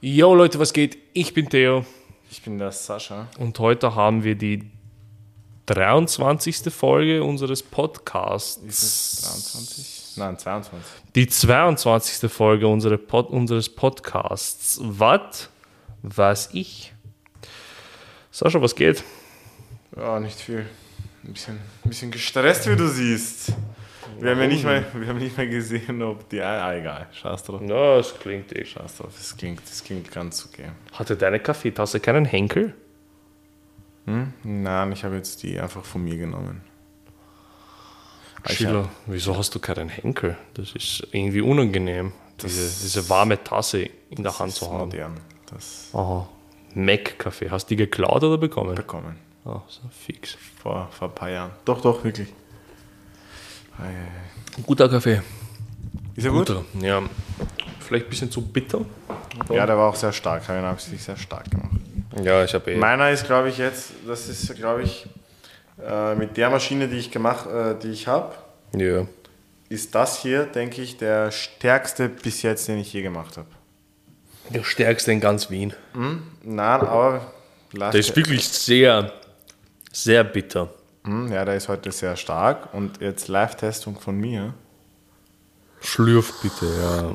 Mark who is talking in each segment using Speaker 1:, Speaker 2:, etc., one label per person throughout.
Speaker 1: Yo Leute, was geht? Ich bin Theo
Speaker 2: Ich bin der Sascha.
Speaker 1: und heute haben wir die 23. Folge unseres
Speaker 2: Ist
Speaker 1: Podcasts.
Speaker 2: es 23? Nein, 22.
Speaker 1: Die 22. Folge unsere Pod unseres Podcasts. Was? Was ich? Sascha, was geht?
Speaker 2: Ja, nicht viel. Ein bisschen, ein bisschen gestresst, wie du siehst. Wir haben ja nicht mal, wir haben nicht mal gesehen, ob die. Ah, egal. Scheiß drauf.
Speaker 1: Na, es klingt eh schon.
Speaker 2: Scheiß drauf. Es klingt, es klingt ganz okay.
Speaker 1: Hatte deine Kaffeetasse keinen Henkel?
Speaker 2: Nein, ich habe jetzt die einfach von mir genommen. Ich
Speaker 1: Schiller, wieso hast du keinen Henkel? Das ist irgendwie unangenehm, diese, diese warme Tasse in der Hand
Speaker 2: Das
Speaker 1: zu
Speaker 2: ist
Speaker 1: haben.
Speaker 2: modern. Das
Speaker 1: Aha. Mac-Kaffee. Hast du die geklaut oder bekommen?
Speaker 2: bekommen.
Speaker 1: Ah, so fix.
Speaker 2: Vor, vor ein paar Jahren. Doch, doch, wirklich. Ei, ei, ei.
Speaker 1: Guter Kaffee.
Speaker 2: Ist ja gut?
Speaker 1: Guter. Ja. Vielleicht ein bisschen zu bitter.
Speaker 2: Ja, der war auch sehr stark. Habe ihn absichtlich sehr stark gemacht.
Speaker 1: Ja, ich habe eh.
Speaker 2: Meiner ist, glaube ich, jetzt, das ist, glaube ich, äh, mit der Maschine, die ich gemacht, äh, die ich habe,
Speaker 1: ja.
Speaker 2: ist das hier, denke ich, der stärkste bis jetzt, den ich je gemacht habe.
Speaker 1: Der stärkste in ganz Wien.
Speaker 2: Nein, aber lass
Speaker 1: Der ist wirklich sehr, sehr bitter.
Speaker 2: Hm, ja, der ist heute sehr stark und jetzt Live-Testung von mir.
Speaker 1: Schlürf bitte, ja.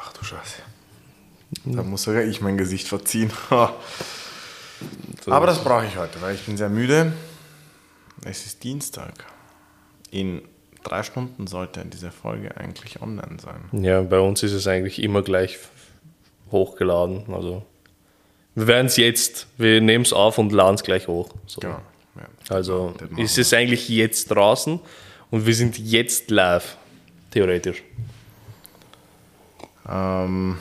Speaker 2: Ach du Scheiße. Da muss sogar ich mein Gesicht verziehen. aber das brauche ich heute, weil ich bin sehr müde. Es ist Dienstag. In drei Stunden sollte diese Folge eigentlich online sein.
Speaker 1: Ja, bei uns ist es eigentlich immer gleich hochgeladen. Also wir werden es jetzt, wir nehmen es auf und laden es gleich hoch. So.
Speaker 2: Genau. Ja.
Speaker 1: Also
Speaker 2: Das machen
Speaker 1: ist es eigentlich jetzt draußen und wir sind jetzt live, theoretisch.
Speaker 2: Ähm,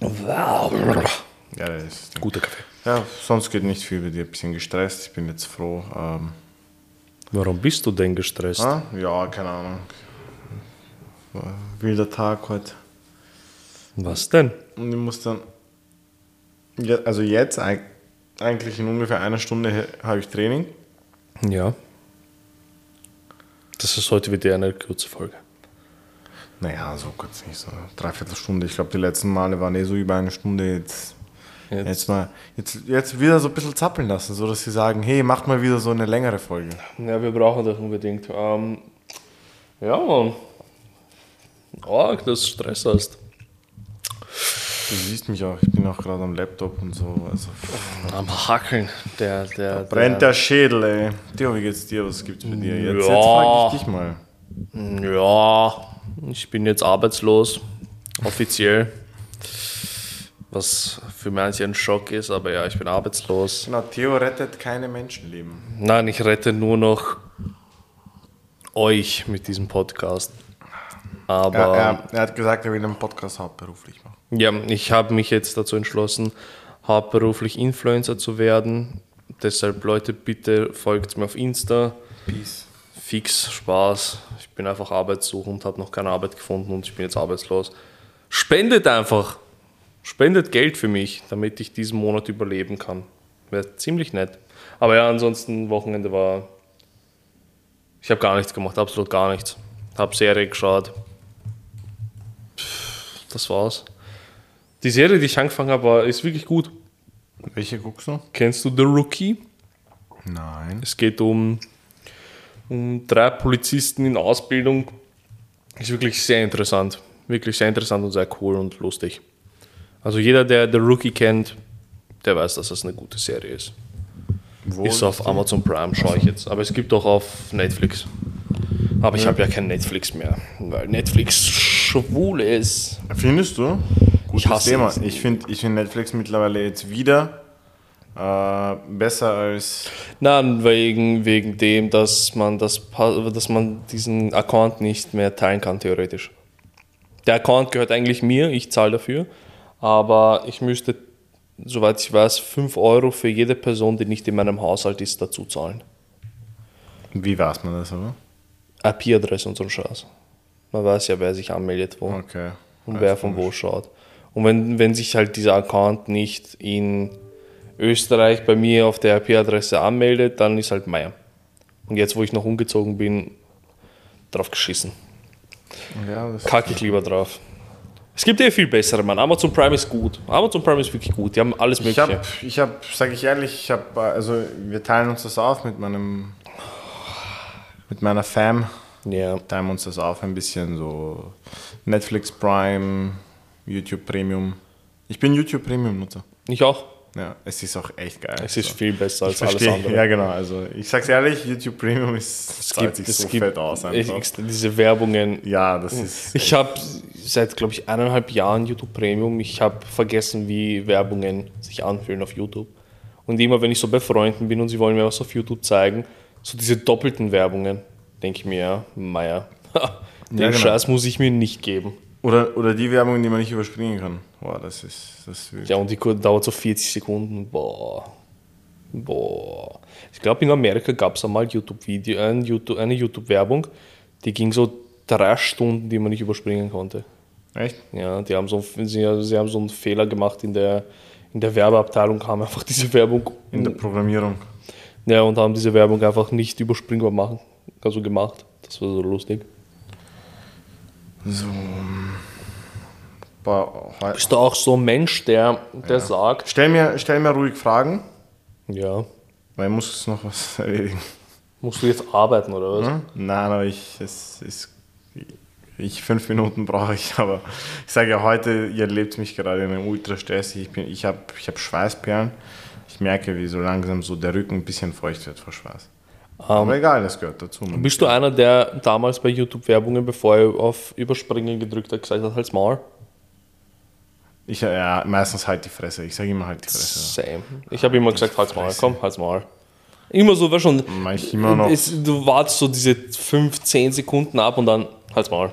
Speaker 1: Wow.
Speaker 2: ja, das ist,
Speaker 1: Guter Kaffee.
Speaker 2: ja, sonst geht nicht viel. Bin ein bisschen gestresst. Ich bin jetzt froh. Ähm,
Speaker 1: Warum bist du denn gestresst?
Speaker 2: ah, ja, keine Ahnung. War ein Wilder Tag heute.
Speaker 1: Was denn?
Speaker 2: Und ich muss dann. Ja, also, jetzt eig- eigentlich in ungefähr einer Stunde he- habe ich Training.
Speaker 1: Ja. Das ist heute wieder eine kurze Folge.
Speaker 2: Naja, so kurz nicht so. Dreiviertel Stunde. Ich glaube, die letzten Male waren eh so über eine Stunde. Jetzt,
Speaker 1: Jetzt-
Speaker 2: jetzt. mal, jetzt, jetzt wieder so ein bisschen zappeln lassen, so dass sie sagen: Hey, macht mal wieder so eine längere Folge.
Speaker 1: Ja, wir brauchen das unbedingt. Ähm, ja, Mann. Arg, dass du Stress hast.
Speaker 2: Du siehst mich auch, ich bin auch gerade am Laptop und so. Also
Speaker 1: Am Hackeln. Der, der,
Speaker 2: brennt der Schädel, ey. Theo, wie geht's dir? Was gibt's bei dir? Jetzt,
Speaker 1: Ja.
Speaker 2: jetzt frag ich dich mal.
Speaker 1: mm, Ja, ich bin jetzt arbeitslos, offiziell. Was für manche ein Schock ist, aber ja, ich bin arbeitslos.
Speaker 2: Genau, Theo rettet keine Menschenleben.
Speaker 1: Nein, ich rette nur noch euch mit diesem Podcast.
Speaker 2: Er,
Speaker 1: Aber
Speaker 2: er, er hat gesagt, er will einen Podcast hauptberuflich machen.
Speaker 1: Ja, ich habe mich jetzt dazu entschlossen, hauptberuflich Influencer zu werden. Deshalb, Leute, bitte folgt mir auf Insta.
Speaker 2: Peace.
Speaker 1: Fix, Spaß. Ich bin einfach arbeitssuchend, habe noch keine Arbeit gefunden und ich bin jetzt arbeitslos. Spendet einfach. Spendet Geld für mich, damit ich diesen Monat überleben kann. Wäre ziemlich nett. Aber ja, ansonsten, Wochenende war. Ich habe gar nichts gemacht, absolut gar nichts. Habe Serie geschaut. Pff, Das war's. Die Serie, die ich angefangen habe, war- ist wirklich gut.
Speaker 2: Welche guckst du?
Speaker 1: Kennst du The Rookie?
Speaker 2: Nein.
Speaker 1: Es geht um, um drei Polizisten in Ausbildung. Ist wirklich sehr interessant. Wirklich sehr interessant und sehr cool und lustig. Also jeder, der The Rookie kennt, der weiß, dass das eine gute Serie ist.
Speaker 2: Wo
Speaker 1: Ist auf Amazon Prime, schaue ich jetzt. Aber es gibt auch auf Netflix. Aber ich habe ja kein Netflix mehr, weil Netflix schwul ist.
Speaker 2: Findest du? Gutes
Speaker 1: hasse
Speaker 2: Thema.
Speaker 1: es.
Speaker 2: Ich finde ich find Netflix mittlerweile jetzt wieder äh, besser als.
Speaker 1: Nein, wegen, wegen dem, dass man, das, Pa- dass man diesen Account nicht mehr teilen kann, theoretisch. Der Account gehört eigentlich mir, ich zahle dafür, aber ich müsste, soweit ich weiß, 5 Euro für jede Person, die nicht in meinem Haushalt ist, dazu zahlen.
Speaker 2: Wie weiß man das, aber?
Speaker 1: IP-Adresse und so ein Scheiß. Man weiß ja, wer sich anmeldet, wo.
Speaker 2: Okay.
Speaker 1: und wer von wo schaut. Und wenn, wenn sich halt dieser Account nicht in Österreich bei mir auf der IP-Adresse anmeldet, dann ist halt Meier. Und jetzt, wo ich noch umgezogen bin, drauf geschissen.
Speaker 2: Ja, das
Speaker 1: Kacke ich lieber drauf. Es gibt eh viel bessere, Mann. Amazon Prime ist gut. Amazon Prime ist wirklich gut. Die haben alles
Speaker 2: Ich
Speaker 1: Mögliche.
Speaker 2: habe, ich hab, sage ich ehrlich, ich habe, also wir teilen uns das auf mit meinem, mit meiner Fam,
Speaker 1: ja.
Speaker 2: teilen uns das auf ein bisschen so Netflix Prime, YouTube Premium. Ich bin YouTube Premium Nutzer.
Speaker 1: Ich auch.
Speaker 2: Ja, es ist auch echt geil.
Speaker 1: Es ist
Speaker 2: so.
Speaker 1: viel besser als alles
Speaker 2: Verstehe.
Speaker 1: andere.
Speaker 2: Ja, genau. Also ich sag's ehrlich, YouTube Premium ist,
Speaker 1: Es
Speaker 2: zahlt
Speaker 1: gibt,
Speaker 2: sich
Speaker 1: es
Speaker 2: so
Speaker 1: gibt
Speaker 2: fett aus
Speaker 1: ich,
Speaker 2: einfach.
Speaker 1: diese Werbungen.
Speaker 2: Ja, das ist.
Speaker 1: Ich habe seit, glaube ich, eineinhalb Jahren YouTube Premium. Ich habe vergessen, wie Werbungen sich anfühlen auf YouTube. Und immer, wenn ich so bei Freunden bin und sie wollen mir was auf YouTube zeigen, so diese doppelten Werbungen, denke ich mir, ja, Meier. Den
Speaker 2: Ja, genau.
Speaker 1: Scheiß muss ich mir nicht geben.
Speaker 2: Oder, oder die Werbung, die man nicht überspringen kann. Boah, das ist. Das ist wirklich-
Speaker 1: Ja, und die Kur dauert so 40 Sekunden. Boah. Boah. Ich glaube, in Amerika gab es einmal YouTube-Video, ein YouTube, eine YouTube-Werbung, die ging so drei Stunden, die man nicht überspringen konnte.
Speaker 2: Echt?
Speaker 1: Ja, die haben so, sie, sie haben so einen Fehler gemacht in der, in der Werbeabteilung, haben einfach diese Werbung
Speaker 2: In der Programmierung.
Speaker 1: ja, und haben diese Werbung einfach nicht überspringbar machen, also gemacht. Das war so lustig.
Speaker 2: So. ähm, Boah, heu-
Speaker 1: Bist du auch so ein Mensch, der, der sagt,
Speaker 2: Stell mir, stell mir ruhig Fragen,
Speaker 1: ja,
Speaker 2: weil ich muss noch was erledigen.
Speaker 1: musst du jetzt arbeiten oder was?
Speaker 2: Hm? Nein, aber ich, es ist, ich fünf Minuten brauche ich, aber ich sage ja heute, ihr erlebt mich gerade in einem Ultrastress. Ich, bin, ich habe ich hab Schweißperlen. Ich merke, wie so langsam so der Rücken ein bisschen feucht wird vor Schweiß. aber egal, das gehört dazu. Man.
Speaker 1: Bist du einer, der damals bei YouTube-Werbungen, bevor er auf Überspringen gedrückt hat, gesagt hat, halt's Maul?
Speaker 2: Ich, ja, meistens halt die Fresse. Ich sage immer halt die Fresse.
Speaker 1: Same. Ich habe immer gesagt, halt's Maul, komm, halt's Maul. Immer so, war schon.
Speaker 2: Mach ich immer noch.
Speaker 1: Es, du wartest so diese 5, 10 Sekunden ab und dann halt's Maul.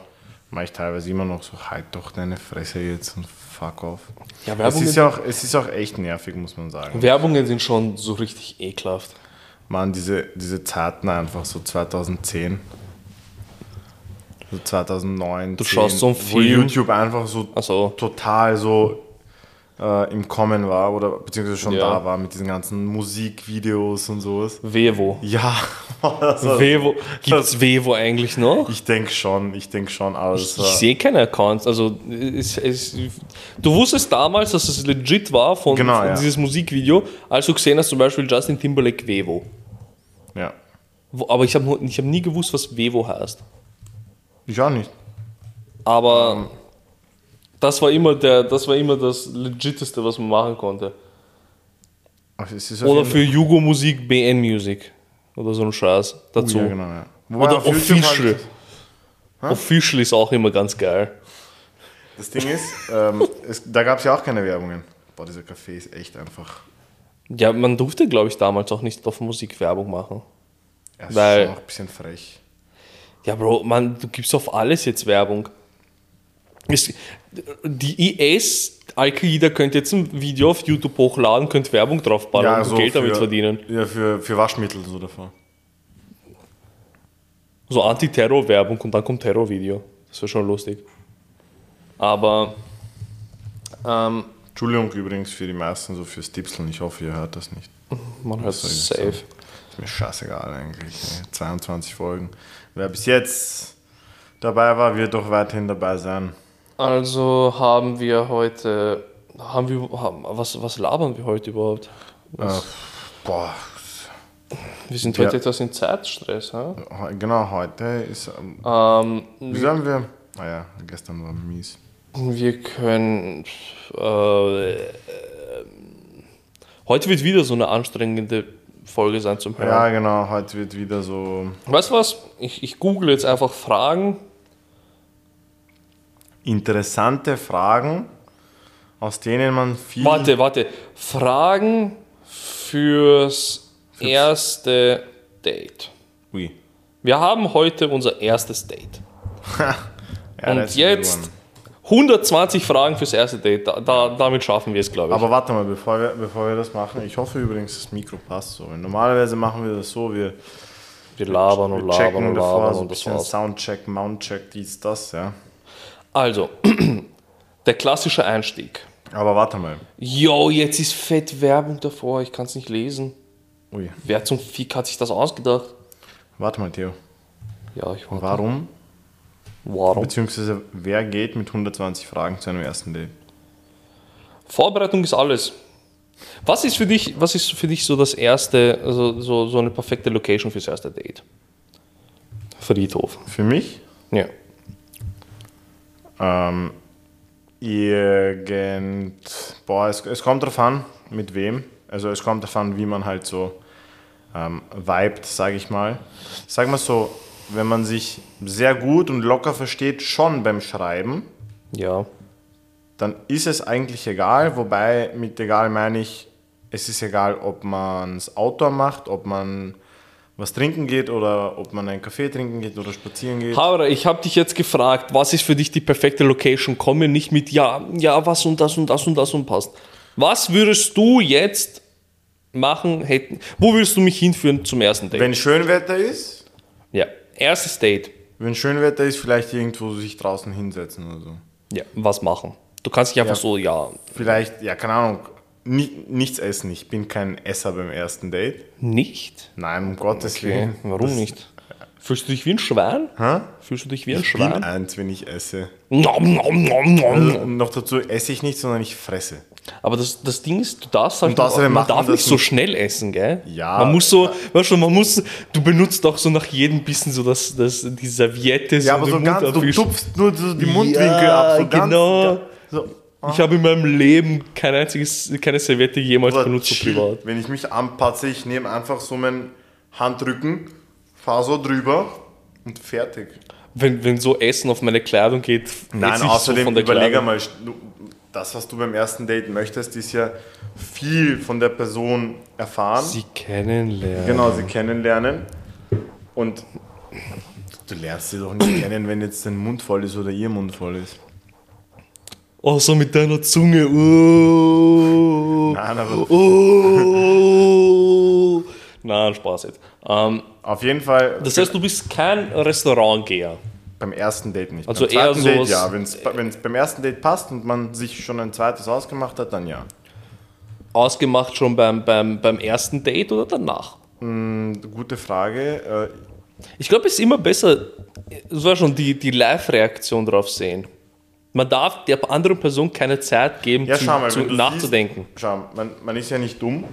Speaker 2: Mach ich teilweise immer noch so, halt doch deine Fresse jetzt und fuck off.
Speaker 1: Ja,
Speaker 2: Es
Speaker 1: Werbungen,
Speaker 2: ist ja auch, es ist auch echt nervig, muss man sagen.
Speaker 1: Werbungen sind schon so richtig ekelhaft.
Speaker 2: Mann, diese, diese Zeiten einfach so 2010. So 2009.
Speaker 1: Du schaust so einen
Speaker 2: Wo
Speaker 1: Film.
Speaker 2: YouTube einfach so
Speaker 1: Also,
Speaker 2: total so äh, im Kommen war oder beziehungsweise schon
Speaker 1: Ja.
Speaker 2: da war mit diesen ganzen Musikvideos und sowas.
Speaker 1: Wevo.
Speaker 2: Ja, das war-
Speaker 1: Wevo. Gibt's Wevo eigentlich noch?
Speaker 2: ich denke schon, ich denke schon, aber das
Speaker 1: Ich
Speaker 2: war,
Speaker 1: sehe keine Accounts. Also, es, es, du wusstest damals, dass es legit war von,
Speaker 2: Genau,
Speaker 1: von
Speaker 2: ja.
Speaker 1: dieses Musikvideo, als du gesehen hast, zum Beispiel Justin Timberlake Wevo.
Speaker 2: äh, ja.
Speaker 1: Wo, aber ich habe ich hab nie gewusst, was Wevo heißt.
Speaker 2: Ich auch nicht.
Speaker 1: Aber
Speaker 2: Ähm.
Speaker 1: das, war immer der, das war immer das Legiteste, was man machen konnte.
Speaker 2: Aber es ist auf
Speaker 1: Oder
Speaker 2: jeden-
Speaker 1: für Jugo Musik BN Music. Oder so ein Scheiß dazu.
Speaker 2: Ja, genau, ja. Wobei
Speaker 1: Oder
Speaker 2: auf YouTube
Speaker 1: Official.
Speaker 2: halt-
Speaker 1: Official ist auch immer ganz geil.
Speaker 2: das Ding ist, ähm, es, da gab es ja auch keine Werbungen. Boah, dieser Kaffee ist echt einfach.
Speaker 1: Ja, man durfte, glaube ich, damals auch nicht auf Musik Werbung machen.
Speaker 2: Ja, es
Speaker 1: Weil-
Speaker 2: ist schon auch ein bisschen frech.
Speaker 1: Ja, Bro, man, du gibst auf alles jetzt Werbung. Es, die IS, Al-Qaida, könnte jetzt ein Video auf YouTube hochladen, könnt Werbung draufballern und
Speaker 2: so
Speaker 1: Geld damit
Speaker 2: also für-
Speaker 1: verdienen.
Speaker 2: Ja, für, für Waschmittel so davor.
Speaker 1: So Anti-Terror-Werbung und dann kommt Terror-Video. Das wäre schon lustig. Aber ähm,
Speaker 2: Entschuldigung übrigens für die meisten, so fürs Tipseln. Ich hoffe, ihr hört das nicht.
Speaker 1: man hört
Speaker 2: soll ich
Speaker 1: es
Speaker 2: jetzt
Speaker 1: safe.
Speaker 2: sagen? Ist mir scheißegal eigentlich. ey. 22 Folgen. Wer bis jetzt dabei war, wird doch weiterhin dabei sein.
Speaker 1: Also haben wir heute. Haben wir, haben, was, was labern wir heute überhaupt?
Speaker 2: Äh,
Speaker 1: Was,
Speaker 2: boah,
Speaker 1: wir sind
Speaker 2: ja.
Speaker 1: heute etwas in Zeitstress. Hä?
Speaker 2: heu- genau heute ist. Ähm,
Speaker 1: Ähm,
Speaker 2: wieso haben wir. Naja, gestern war mies.
Speaker 1: Wir können. Äh, äh, heute wird wieder so eine anstrengende Folge sein zum Hören.
Speaker 2: Ja, genau. Heute wird wieder so
Speaker 1: Weißt du was? Ich, ich google jetzt einfach Fragen.
Speaker 2: interessante Fragen, aus denen man viel.
Speaker 1: Warte, warte. Fragen fürs erste Date.
Speaker 2: Ui.
Speaker 1: Wir haben heute unser erstes Date.
Speaker 2: Ja,
Speaker 1: Und
Speaker 2: das ist
Speaker 1: jetzt 120 Fragen fürs erste Date. Da, da, damit schaffen wir es, glaube ich.
Speaker 2: Aber warte mal, bevor wir, bevor wir das machen, ich hoffe übrigens, das Mikro passt so. Normalerweise machen wir das so, wir,
Speaker 1: wir labern
Speaker 2: wir
Speaker 1: und
Speaker 2: checken
Speaker 1: labern und
Speaker 2: davor
Speaker 1: labern
Speaker 2: so ein
Speaker 1: und das
Speaker 2: bisschen
Speaker 1: war's.
Speaker 2: Soundcheck, Mountcheck, dies, das, ja.
Speaker 1: Also, der klassische Einstieg.
Speaker 2: Aber warte mal.
Speaker 1: Yo, jetzt ist fett Werbung davor, ich kann es nicht lesen.
Speaker 2: Ui,
Speaker 1: Wer zum Fick hat sich das ausgedacht?
Speaker 2: warte mal, Theo.
Speaker 1: Ja, ich war.
Speaker 2: Warum
Speaker 1: Warum?
Speaker 2: Beziehungsweise, wer geht mit 120 Fragen zu einem ersten Date?
Speaker 1: Vorbereitung ist alles. Was ist für dich, was ist für dich so das erste, also so, so eine perfekte Location fürs erste Date? Friedhof.
Speaker 2: Für mich?
Speaker 1: Ja.
Speaker 2: Ähm, irgend. Boah, es, es kommt drauf an, mit wem. Also, es kommt drauf an, wie man halt so ähm, vibet, sage ich mal. Ich Sag mal so, wenn man sich sehr gut und locker versteht, schon beim Schreiben,
Speaker 1: Ja.
Speaker 2: dann ist es eigentlich egal. Wobei mit egal meine ich, es ist egal, ob man es outdoor macht, ob man was trinken geht oder ob man einen Kaffee trinken geht oder spazieren geht.
Speaker 1: Haura, ich habe dich jetzt gefragt, was ist für dich die perfekte Location? Komm mir nicht mit ja, ja, was und das und das und das und passt. Was würdest du jetzt machen? Hätten, wo würdest du mich hinführen zum ersten Date?
Speaker 2: Wenn Schönwetter ist,
Speaker 1: ja. Erstes Date.
Speaker 2: wenn Schönwetter ist, vielleicht irgendwo sich draußen hinsetzen oder so.
Speaker 1: Ja. Was machen? Du kannst dich einfach
Speaker 2: Ja.
Speaker 1: so, ja,
Speaker 2: Vielleicht, ja, keine Ahnung, ni nichts essen. Ich bin kein Esser beim ersten Date.
Speaker 1: nicht.
Speaker 2: Nein, um Gottes
Speaker 1: Okay,
Speaker 2: Willen.
Speaker 1: warum nicht? Fühlst du dich wie ein Schwein?
Speaker 2: Hä?
Speaker 1: Fühlst du dich wie ein
Speaker 2: Ich bin
Speaker 1: Schwein?
Speaker 2: eins, wenn ich esse.
Speaker 1: Nom, nom, nom, nom.
Speaker 2: Also, noch dazu esse ich nicht, sondern ich fresse.
Speaker 1: Aber das, das Ding ist, du darfst halt,
Speaker 2: Und außerdem
Speaker 1: man
Speaker 2: macht man
Speaker 1: darf
Speaker 2: das
Speaker 1: nicht so
Speaker 2: nicht.
Speaker 1: schnell essen, gell?
Speaker 2: Ja.
Speaker 1: Man muss so, weißt du, man muss, du benutzt auch so nach jedem Bissen so das, das, die Serviette,
Speaker 2: Ja, aber so
Speaker 1: den
Speaker 2: ganz, du
Speaker 1: abwischen.
Speaker 2: tupfst nur so die Mundwinkel
Speaker 1: Ja,
Speaker 2: ab. So ganz,
Speaker 1: genau.
Speaker 2: ga- so,
Speaker 1: Ich habe in meinem Leben kein einziges, keine Serviette jemals
Speaker 2: aber
Speaker 1: benutzt, so
Speaker 2: chill.
Speaker 1: privat.
Speaker 2: Wenn ich mich anpatze, ich nehme einfach so meinen Handrücken, fahre so drüber und fertig.
Speaker 1: Wenn, wenn so Essen auf meine Kleidung geht,
Speaker 2: Nein,
Speaker 1: esse ich
Speaker 2: außerdem
Speaker 1: so von der
Speaker 2: überlege
Speaker 1: Kleidung.
Speaker 2: mal, du- das, was du beim ersten Date möchtest, ist ja viel von der Person erfahren,
Speaker 1: Sie kennenlernen.
Speaker 2: genau, sie kennenlernen und du lernst sie doch nicht kennen, wenn jetzt dein Mund voll ist oder ihr Mund voll ist.
Speaker 1: Oh, so mit deiner Zunge. Oh.
Speaker 2: Nein, aber
Speaker 1: Oh. Nein, Spaß jetzt. Ähm,
Speaker 2: auf jeden Fall
Speaker 1: das heißt, du bist kein Restaurantgeher.
Speaker 2: beim ersten Date nicht.
Speaker 1: Also
Speaker 2: beim zweiten
Speaker 1: eher sowas-
Speaker 2: Date, ja, wenn es beim ersten Date passt und man sich schon ein zweites ausgemacht hat, dann ja.
Speaker 1: ausgemacht schon beim, beim, beim ersten Date oder danach?
Speaker 2: Gute Frage. Äh,
Speaker 1: Ich glaube, es ist immer besser, so schon die, die Live-Reaktion drauf sehen. Man darf der anderen Person keine Zeit geben,
Speaker 2: Ja,
Speaker 1: zu,
Speaker 2: schau mal,
Speaker 1: zu,
Speaker 2: wenn du
Speaker 1: nachzudenken.
Speaker 2: Siehst, schau, man, man ist ja nicht dumm,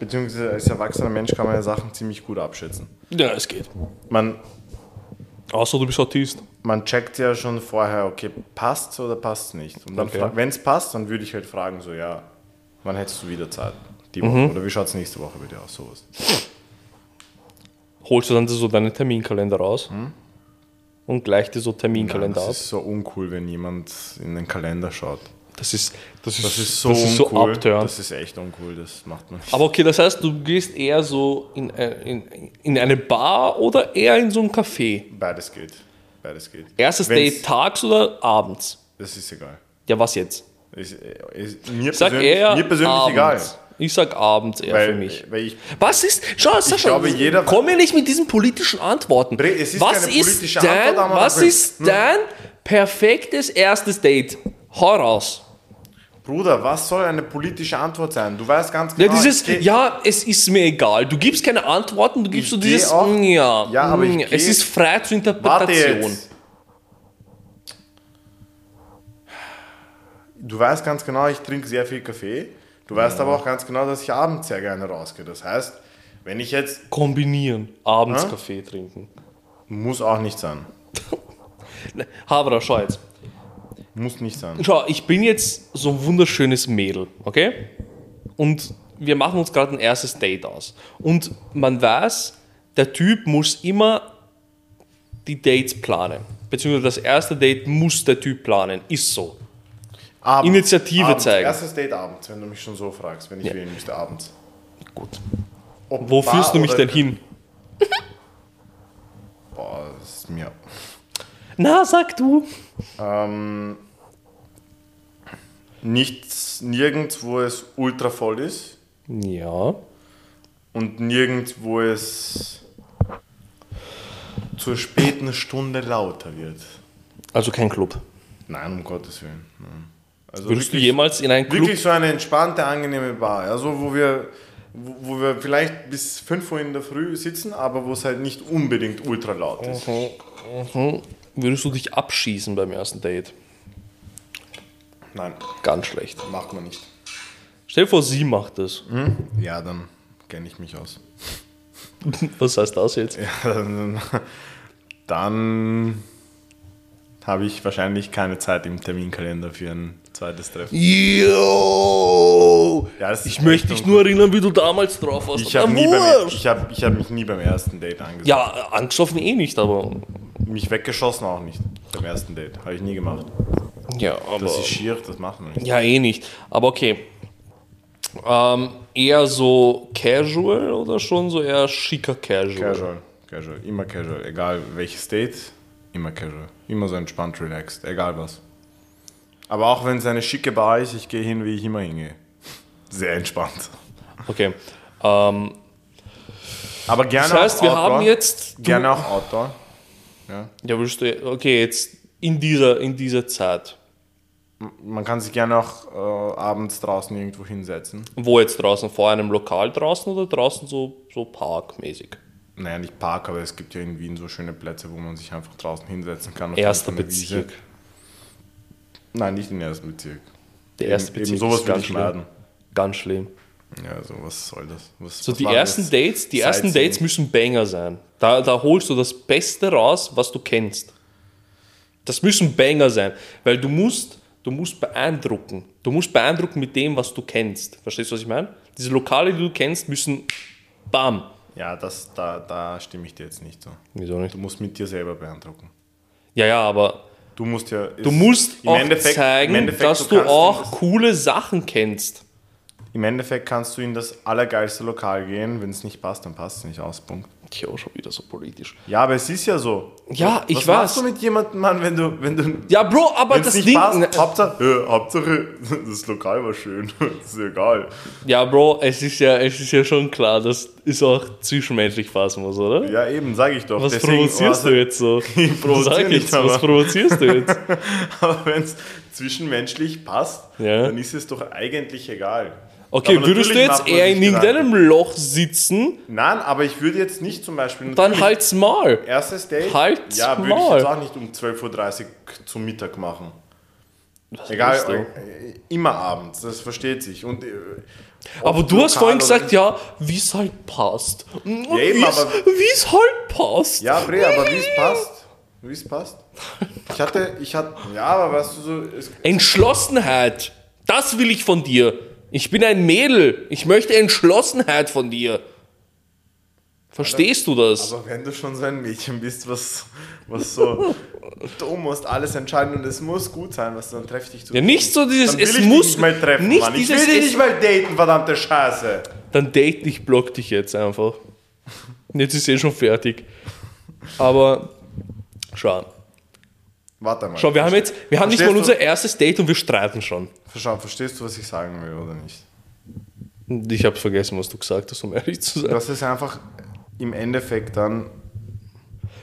Speaker 2: beziehungsweise als erwachsener Mensch kann man ja Sachen ziemlich gut abschätzen.
Speaker 1: Ja, es geht.
Speaker 2: Man,
Speaker 1: Außer du bist Autist.
Speaker 2: man checkt ja schon vorher, okay, passt's oder passt's nicht. Und dann,
Speaker 1: Okay.
Speaker 2: fra- wenn's passt, dann würde ich halt fragen, so, ja, wann hättest du wieder Zeit? Die Woche.
Speaker 1: Mhm.
Speaker 2: Oder wie schaut's nächste Woche bei dir aus? Sowas.
Speaker 1: Holst du dann so deinen Terminkalender raus und gleicht dir so Terminkalender
Speaker 2: Hm? Das
Speaker 1: ab.
Speaker 2: ist so uncool, wenn jemand in den Kalender schaut.
Speaker 1: Das ist, das ist,
Speaker 2: Das ist so
Speaker 1: das ist so
Speaker 2: uncool.
Speaker 1: abtörend.
Speaker 2: das ist echt uncool, das macht man nicht.
Speaker 1: Aber okay, das heißt, du gehst eher so in, äh, in, in eine Bar oder eher in so ein Café.
Speaker 2: Beides geht. Beides geht.
Speaker 1: Erstes
Speaker 2: Wenn's-
Speaker 1: Date tags oder abends?
Speaker 2: Das ist egal.
Speaker 1: Ja, was jetzt?
Speaker 2: Ist, äh, ist, mir,
Speaker 1: Ich sag
Speaker 2: persönlich,
Speaker 1: eher
Speaker 2: mir persönlich
Speaker 1: abends.
Speaker 2: egal.
Speaker 1: Ich sag abends eher
Speaker 2: Weil,
Speaker 1: für mich.
Speaker 2: weil ich
Speaker 1: Was ist? Schau, Sascha,
Speaker 2: glaube, jeder-
Speaker 1: komm mir nicht mit diesen politischen Antworten.
Speaker 2: Bre- es ist
Speaker 1: was
Speaker 2: keine
Speaker 1: ist
Speaker 2: politische
Speaker 1: dein,
Speaker 2: Antwort, aber Hm.
Speaker 1: was
Speaker 2: wir-
Speaker 1: ist dein perfektes erstes Date? Hau raus.
Speaker 2: Bruder, was soll eine politische Antwort sein? Du weißt ganz
Speaker 1: Ja,
Speaker 2: genau.
Speaker 1: dieses,
Speaker 2: ich geh-
Speaker 1: ja, es ist mir egal. Du gibst keine Antworten, du gibst so
Speaker 2: geh
Speaker 1: dieses,
Speaker 2: auch-
Speaker 1: mm, ja,
Speaker 2: Ja, aber ich
Speaker 1: mm, es
Speaker 2: geh-
Speaker 1: ist frei zur
Speaker 2: warte
Speaker 1: Interpretation.
Speaker 2: jetzt. Du weißt ganz genau, ich trinke sehr viel Kaffee. Du weißt aber
Speaker 1: Mhm.
Speaker 2: auch ganz genau, dass ich abends sehr gerne rausgehe. Das heißt, wenn ich jetzt.
Speaker 1: Kombinieren, abends Kaffee trinken.
Speaker 2: Muss auch nicht sein.
Speaker 1: Habra, schau jetzt.
Speaker 2: Muss nicht sein.
Speaker 1: Schau, ich bin jetzt so ein wunderschönes Mädel, okay? Und wir machen uns gerade ein erstes Date aus. Und man weiß, der Typ muss immer die Dates planen. Beziehungsweise das erste Date muss der Typ planen. Ist so.
Speaker 2: Abends,
Speaker 1: Initiative
Speaker 2: abends.
Speaker 1: zeigen.
Speaker 2: Erstes Date abends, wenn du mich schon so fragst, wenn ich wählen müsste, abends.
Speaker 1: Gut.
Speaker 2: Ob
Speaker 1: Wo
Speaker 2: Bar
Speaker 1: führst du mich
Speaker 2: oder-
Speaker 1: denn hin?
Speaker 2: Boah, das ist mir.
Speaker 1: Na, sag du.
Speaker 2: Nichts, nirgends, wo es ultra voll ist.
Speaker 1: Ja.
Speaker 2: und nirgends, wo es zur späten Stunde lauter wird.
Speaker 1: Also kein Club.
Speaker 2: Nein, um Gottes Willen. nein. Also
Speaker 1: Würdest du
Speaker 2: wirklich-
Speaker 1: jemals in einen Club?
Speaker 2: Wirklich so eine entspannte, angenehme Bar. Also wo wir, wo, wo wir vielleicht bis 5 Uhr in der Früh sitzen, aber wo es halt nicht unbedingt ultra laut ist.
Speaker 1: Mhm, Würdest du dich abschießen beim ersten Date? Oh.
Speaker 2: Nein,
Speaker 1: Ganz schlecht.
Speaker 2: macht man nicht.
Speaker 1: Stell dir vor, sie macht das.
Speaker 2: Ja, dann kenne ich mich aus.
Speaker 1: Was heißt das jetzt?
Speaker 2: dann dann habe ich wahrscheinlich keine Zeit im Terminkalender für ein zweites Treffen.
Speaker 1: Yo!
Speaker 2: Ja, das ist
Speaker 1: Ich möchte dich nur erinnern, wie du damals drauf warst.
Speaker 2: Ich habe
Speaker 1: Na,
Speaker 2: nie beim,
Speaker 1: wurscht.
Speaker 2: ich hab, ich hab mich nie beim ersten Date angesehen.
Speaker 1: Ja, angeschlafen eh nicht, aber.
Speaker 2: Mich weggeschossen auch nicht. Beim ersten Date. Habe ich nie gemacht.
Speaker 1: Ja, aber.
Speaker 2: Das ist schier, das macht man nicht.
Speaker 1: ja, eh nicht. Aber okay. Ähm, eher so casual oder schon so eher schicker casual?
Speaker 2: Casual. Casual. Immer casual. Egal welches Date, immer casual. Immer so entspannt, relaxed. Egal was. Aber auch wenn es eine schicke Bar ist, ich gehe hin, wie ich immer hingehe. Sehr entspannt.
Speaker 1: Okay. Ähm,
Speaker 2: Aber gerne
Speaker 1: das heißt,
Speaker 2: auch
Speaker 1: wir
Speaker 2: Outdoor.
Speaker 1: haben jetzt. du-
Speaker 2: Gerne auch Outdoor. Ja.
Speaker 1: Ja, würdest du. Okay, jetzt in dieser, in dieser Zeit.
Speaker 2: Man kann sich gerne auch äh, abends draußen irgendwo hinsetzen.
Speaker 1: Wo jetzt draußen? Vor einem Lokal draußen oder draußen so, so parkmäßig?
Speaker 2: Naja, nicht Park, aber es gibt ja in Wien so schöne Plätze, wo man sich einfach draußen hinsetzen kann. auf
Speaker 1: Erster
Speaker 2: irgendeiner Wiese.
Speaker 1: Bezirk.
Speaker 2: Nein, nicht im ersten Bezirk.
Speaker 1: Der
Speaker 2: Eben-
Speaker 1: erste
Speaker 2: eben
Speaker 1: Bezirk
Speaker 2: sowas
Speaker 1: ist
Speaker 2: würd
Speaker 1: ganz
Speaker 2: ich
Speaker 1: schlimm.
Speaker 2: meiden.
Speaker 1: Ganz schlimm.
Speaker 2: Ja, so was soll das? Was,
Speaker 1: So
Speaker 2: was
Speaker 1: die
Speaker 2: war
Speaker 1: ersten
Speaker 2: das?
Speaker 1: Dates, die ersten
Speaker 2: Sightseeing.
Speaker 1: Dates müssen Banger sein. Da, da holst du das Beste raus, was du kennst. Das müssen Banger sein, weil du musst, du musst beeindrucken. Du musst beeindrucken mit dem, was du kennst. Verstehst du, was ich meine? Diese Lokale, die du kennst, müssen bam.
Speaker 2: Ja, das, da, da stimme ich dir jetzt nicht so.
Speaker 1: Wieso
Speaker 2: Du musst mit dir selber beeindrucken.
Speaker 1: Ja, ja, aber
Speaker 2: Du musst ja.
Speaker 1: du musst auch zeigen, dass du auch coole Sachen kennst.
Speaker 2: Im Endeffekt kannst du in das allergeilste Lokal gehen. Wenn es nicht passt, dann passt es nicht aus. Punkt.
Speaker 1: Tja, schon wieder so politisch.
Speaker 2: Ja, aber es ist ja so.
Speaker 1: Ja,
Speaker 2: was
Speaker 1: ich
Speaker 2: Was
Speaker 1: weiß.
Speaker 2: machst du mit jemandem, Mann, wenn du. Wenn du
Speaker 1: Ja, Bro, aber
Speaker 2: wenn's
Speaker 1: das
Speaker 2: nicht
Speaker 1: Ding. Ne.
Speaker 2: passt, Hauptsache, äh, Hauptsache, das Lokal war schön. ist egal.
Speaker 1: Ja, Bro, es ist ja, es ist ja schon klar, dass es auch zwischenmenschlich passen muss, oder?
Speaker 2: Ja, eben, sage ich doch.
Speaker 1: was provozierst du jetzt so?
Speaker 2: Ich provoziere
Speaker 1: Sag
Speaker 2: nicht,
Speaker 1: jetzt,
Speaker 2: aber-
Speaker 1: was provozierst du jetzt?
Speaker 2: Aber wenn es zwischenmenschlich passt,
Speaker 1: Ja.
Speaker 2: dann ist es doch eigentlich egal.
Speaker 1: Okay,
Speaker 2: Aber
Speaker 1: würdest du
Speaker 2: natürlich
Speaker 1: jetzt
Speaker 2: macht man
Speaker 1: eher
Speaker 2: sich
Speaker 1: in
Speaker 2: Gedanken.
Speaker 1: irgendeinem Loch sitzen,
Speaker 2: Nein, aber ich würde jetzt nicht zum Beispiel.
Speaker 1: dann halt
Speaker 2: Natürlich,
Speaker 1: halt's Maul.
Speaker 2: Erstes Date?
Speaker 1: Halt's
Speaker 2: Ja, würde ich
Speaker 1: Maul.
Speaker 2: jetzt auch nicht um 12.30 Uhr zum Mittag machen. Egal,
Speaker 1: willst du?
Speaker 2: äh, immer abends, das versteht sich. Und, äh,
Speaker 1: Aber
Speaker 2: ob
Speaker 1: du hast vorhin
Speaker 2: lokal oder
Speaker 1: gesagt,
Speaker 2: nicht-
Speaker 1: ja, wie es halt passt. Und
Speaker 2: Ja, eben,
Speaker 1: wie es-
Speaker 2: aber-
Speaker 1: wie es halt passt.
Speaker 2: Ja, Bre, aber wie es passt. Wie es passt. Ich hatte, ich hatte, ja, aber weißt du so, es,
Speaker 1: Entschlossenheit. Das will ich von dir. Ich bin ein Mädel. Ich möchte Entschlossenheit von dir. Verstehst du das?
Speaker 2: aber also wenn du schon so ein Mädchen bist, was, was so, du musst alles entscheiden und es muss gut sein, was dann treffe ich dich zu.
Speaker 1: Ja, nicht so dieses,
Speaker 2: dann will
Speaker 1: es
Speaker 2: ich
Speaker 1: muss.
Speaker 2: dich nicht mal treffen,
Speaker 1: nicht
Speaker 2: Mann. Ich will
Speaker 1: dieses,
Speaker 2: dich
Speaker 1: es-
Speaker 2: nicht mal daten, verdammte Scheiße.
Speaker 1: Dann date ich, block dich jetzt einfach. Jetzt ist eh schon fertig. Aber schau.
Speaker 2: Warte mal.
Speaker 1: Schau, wir haben jetzt, wir haben nicht mal
Speaker 2: Verstehst du?
Speaker 1: unser erstes Date und wir streiten schon.
Speaker 2: Schau, verstehst du, was ich sagen will oder nicht?
Speaker 1: Ich hab's vergessen, was du gesagt hast, um ehrlich zu sein.
Speaker 2: Das ist einfach im Endeffekt dann.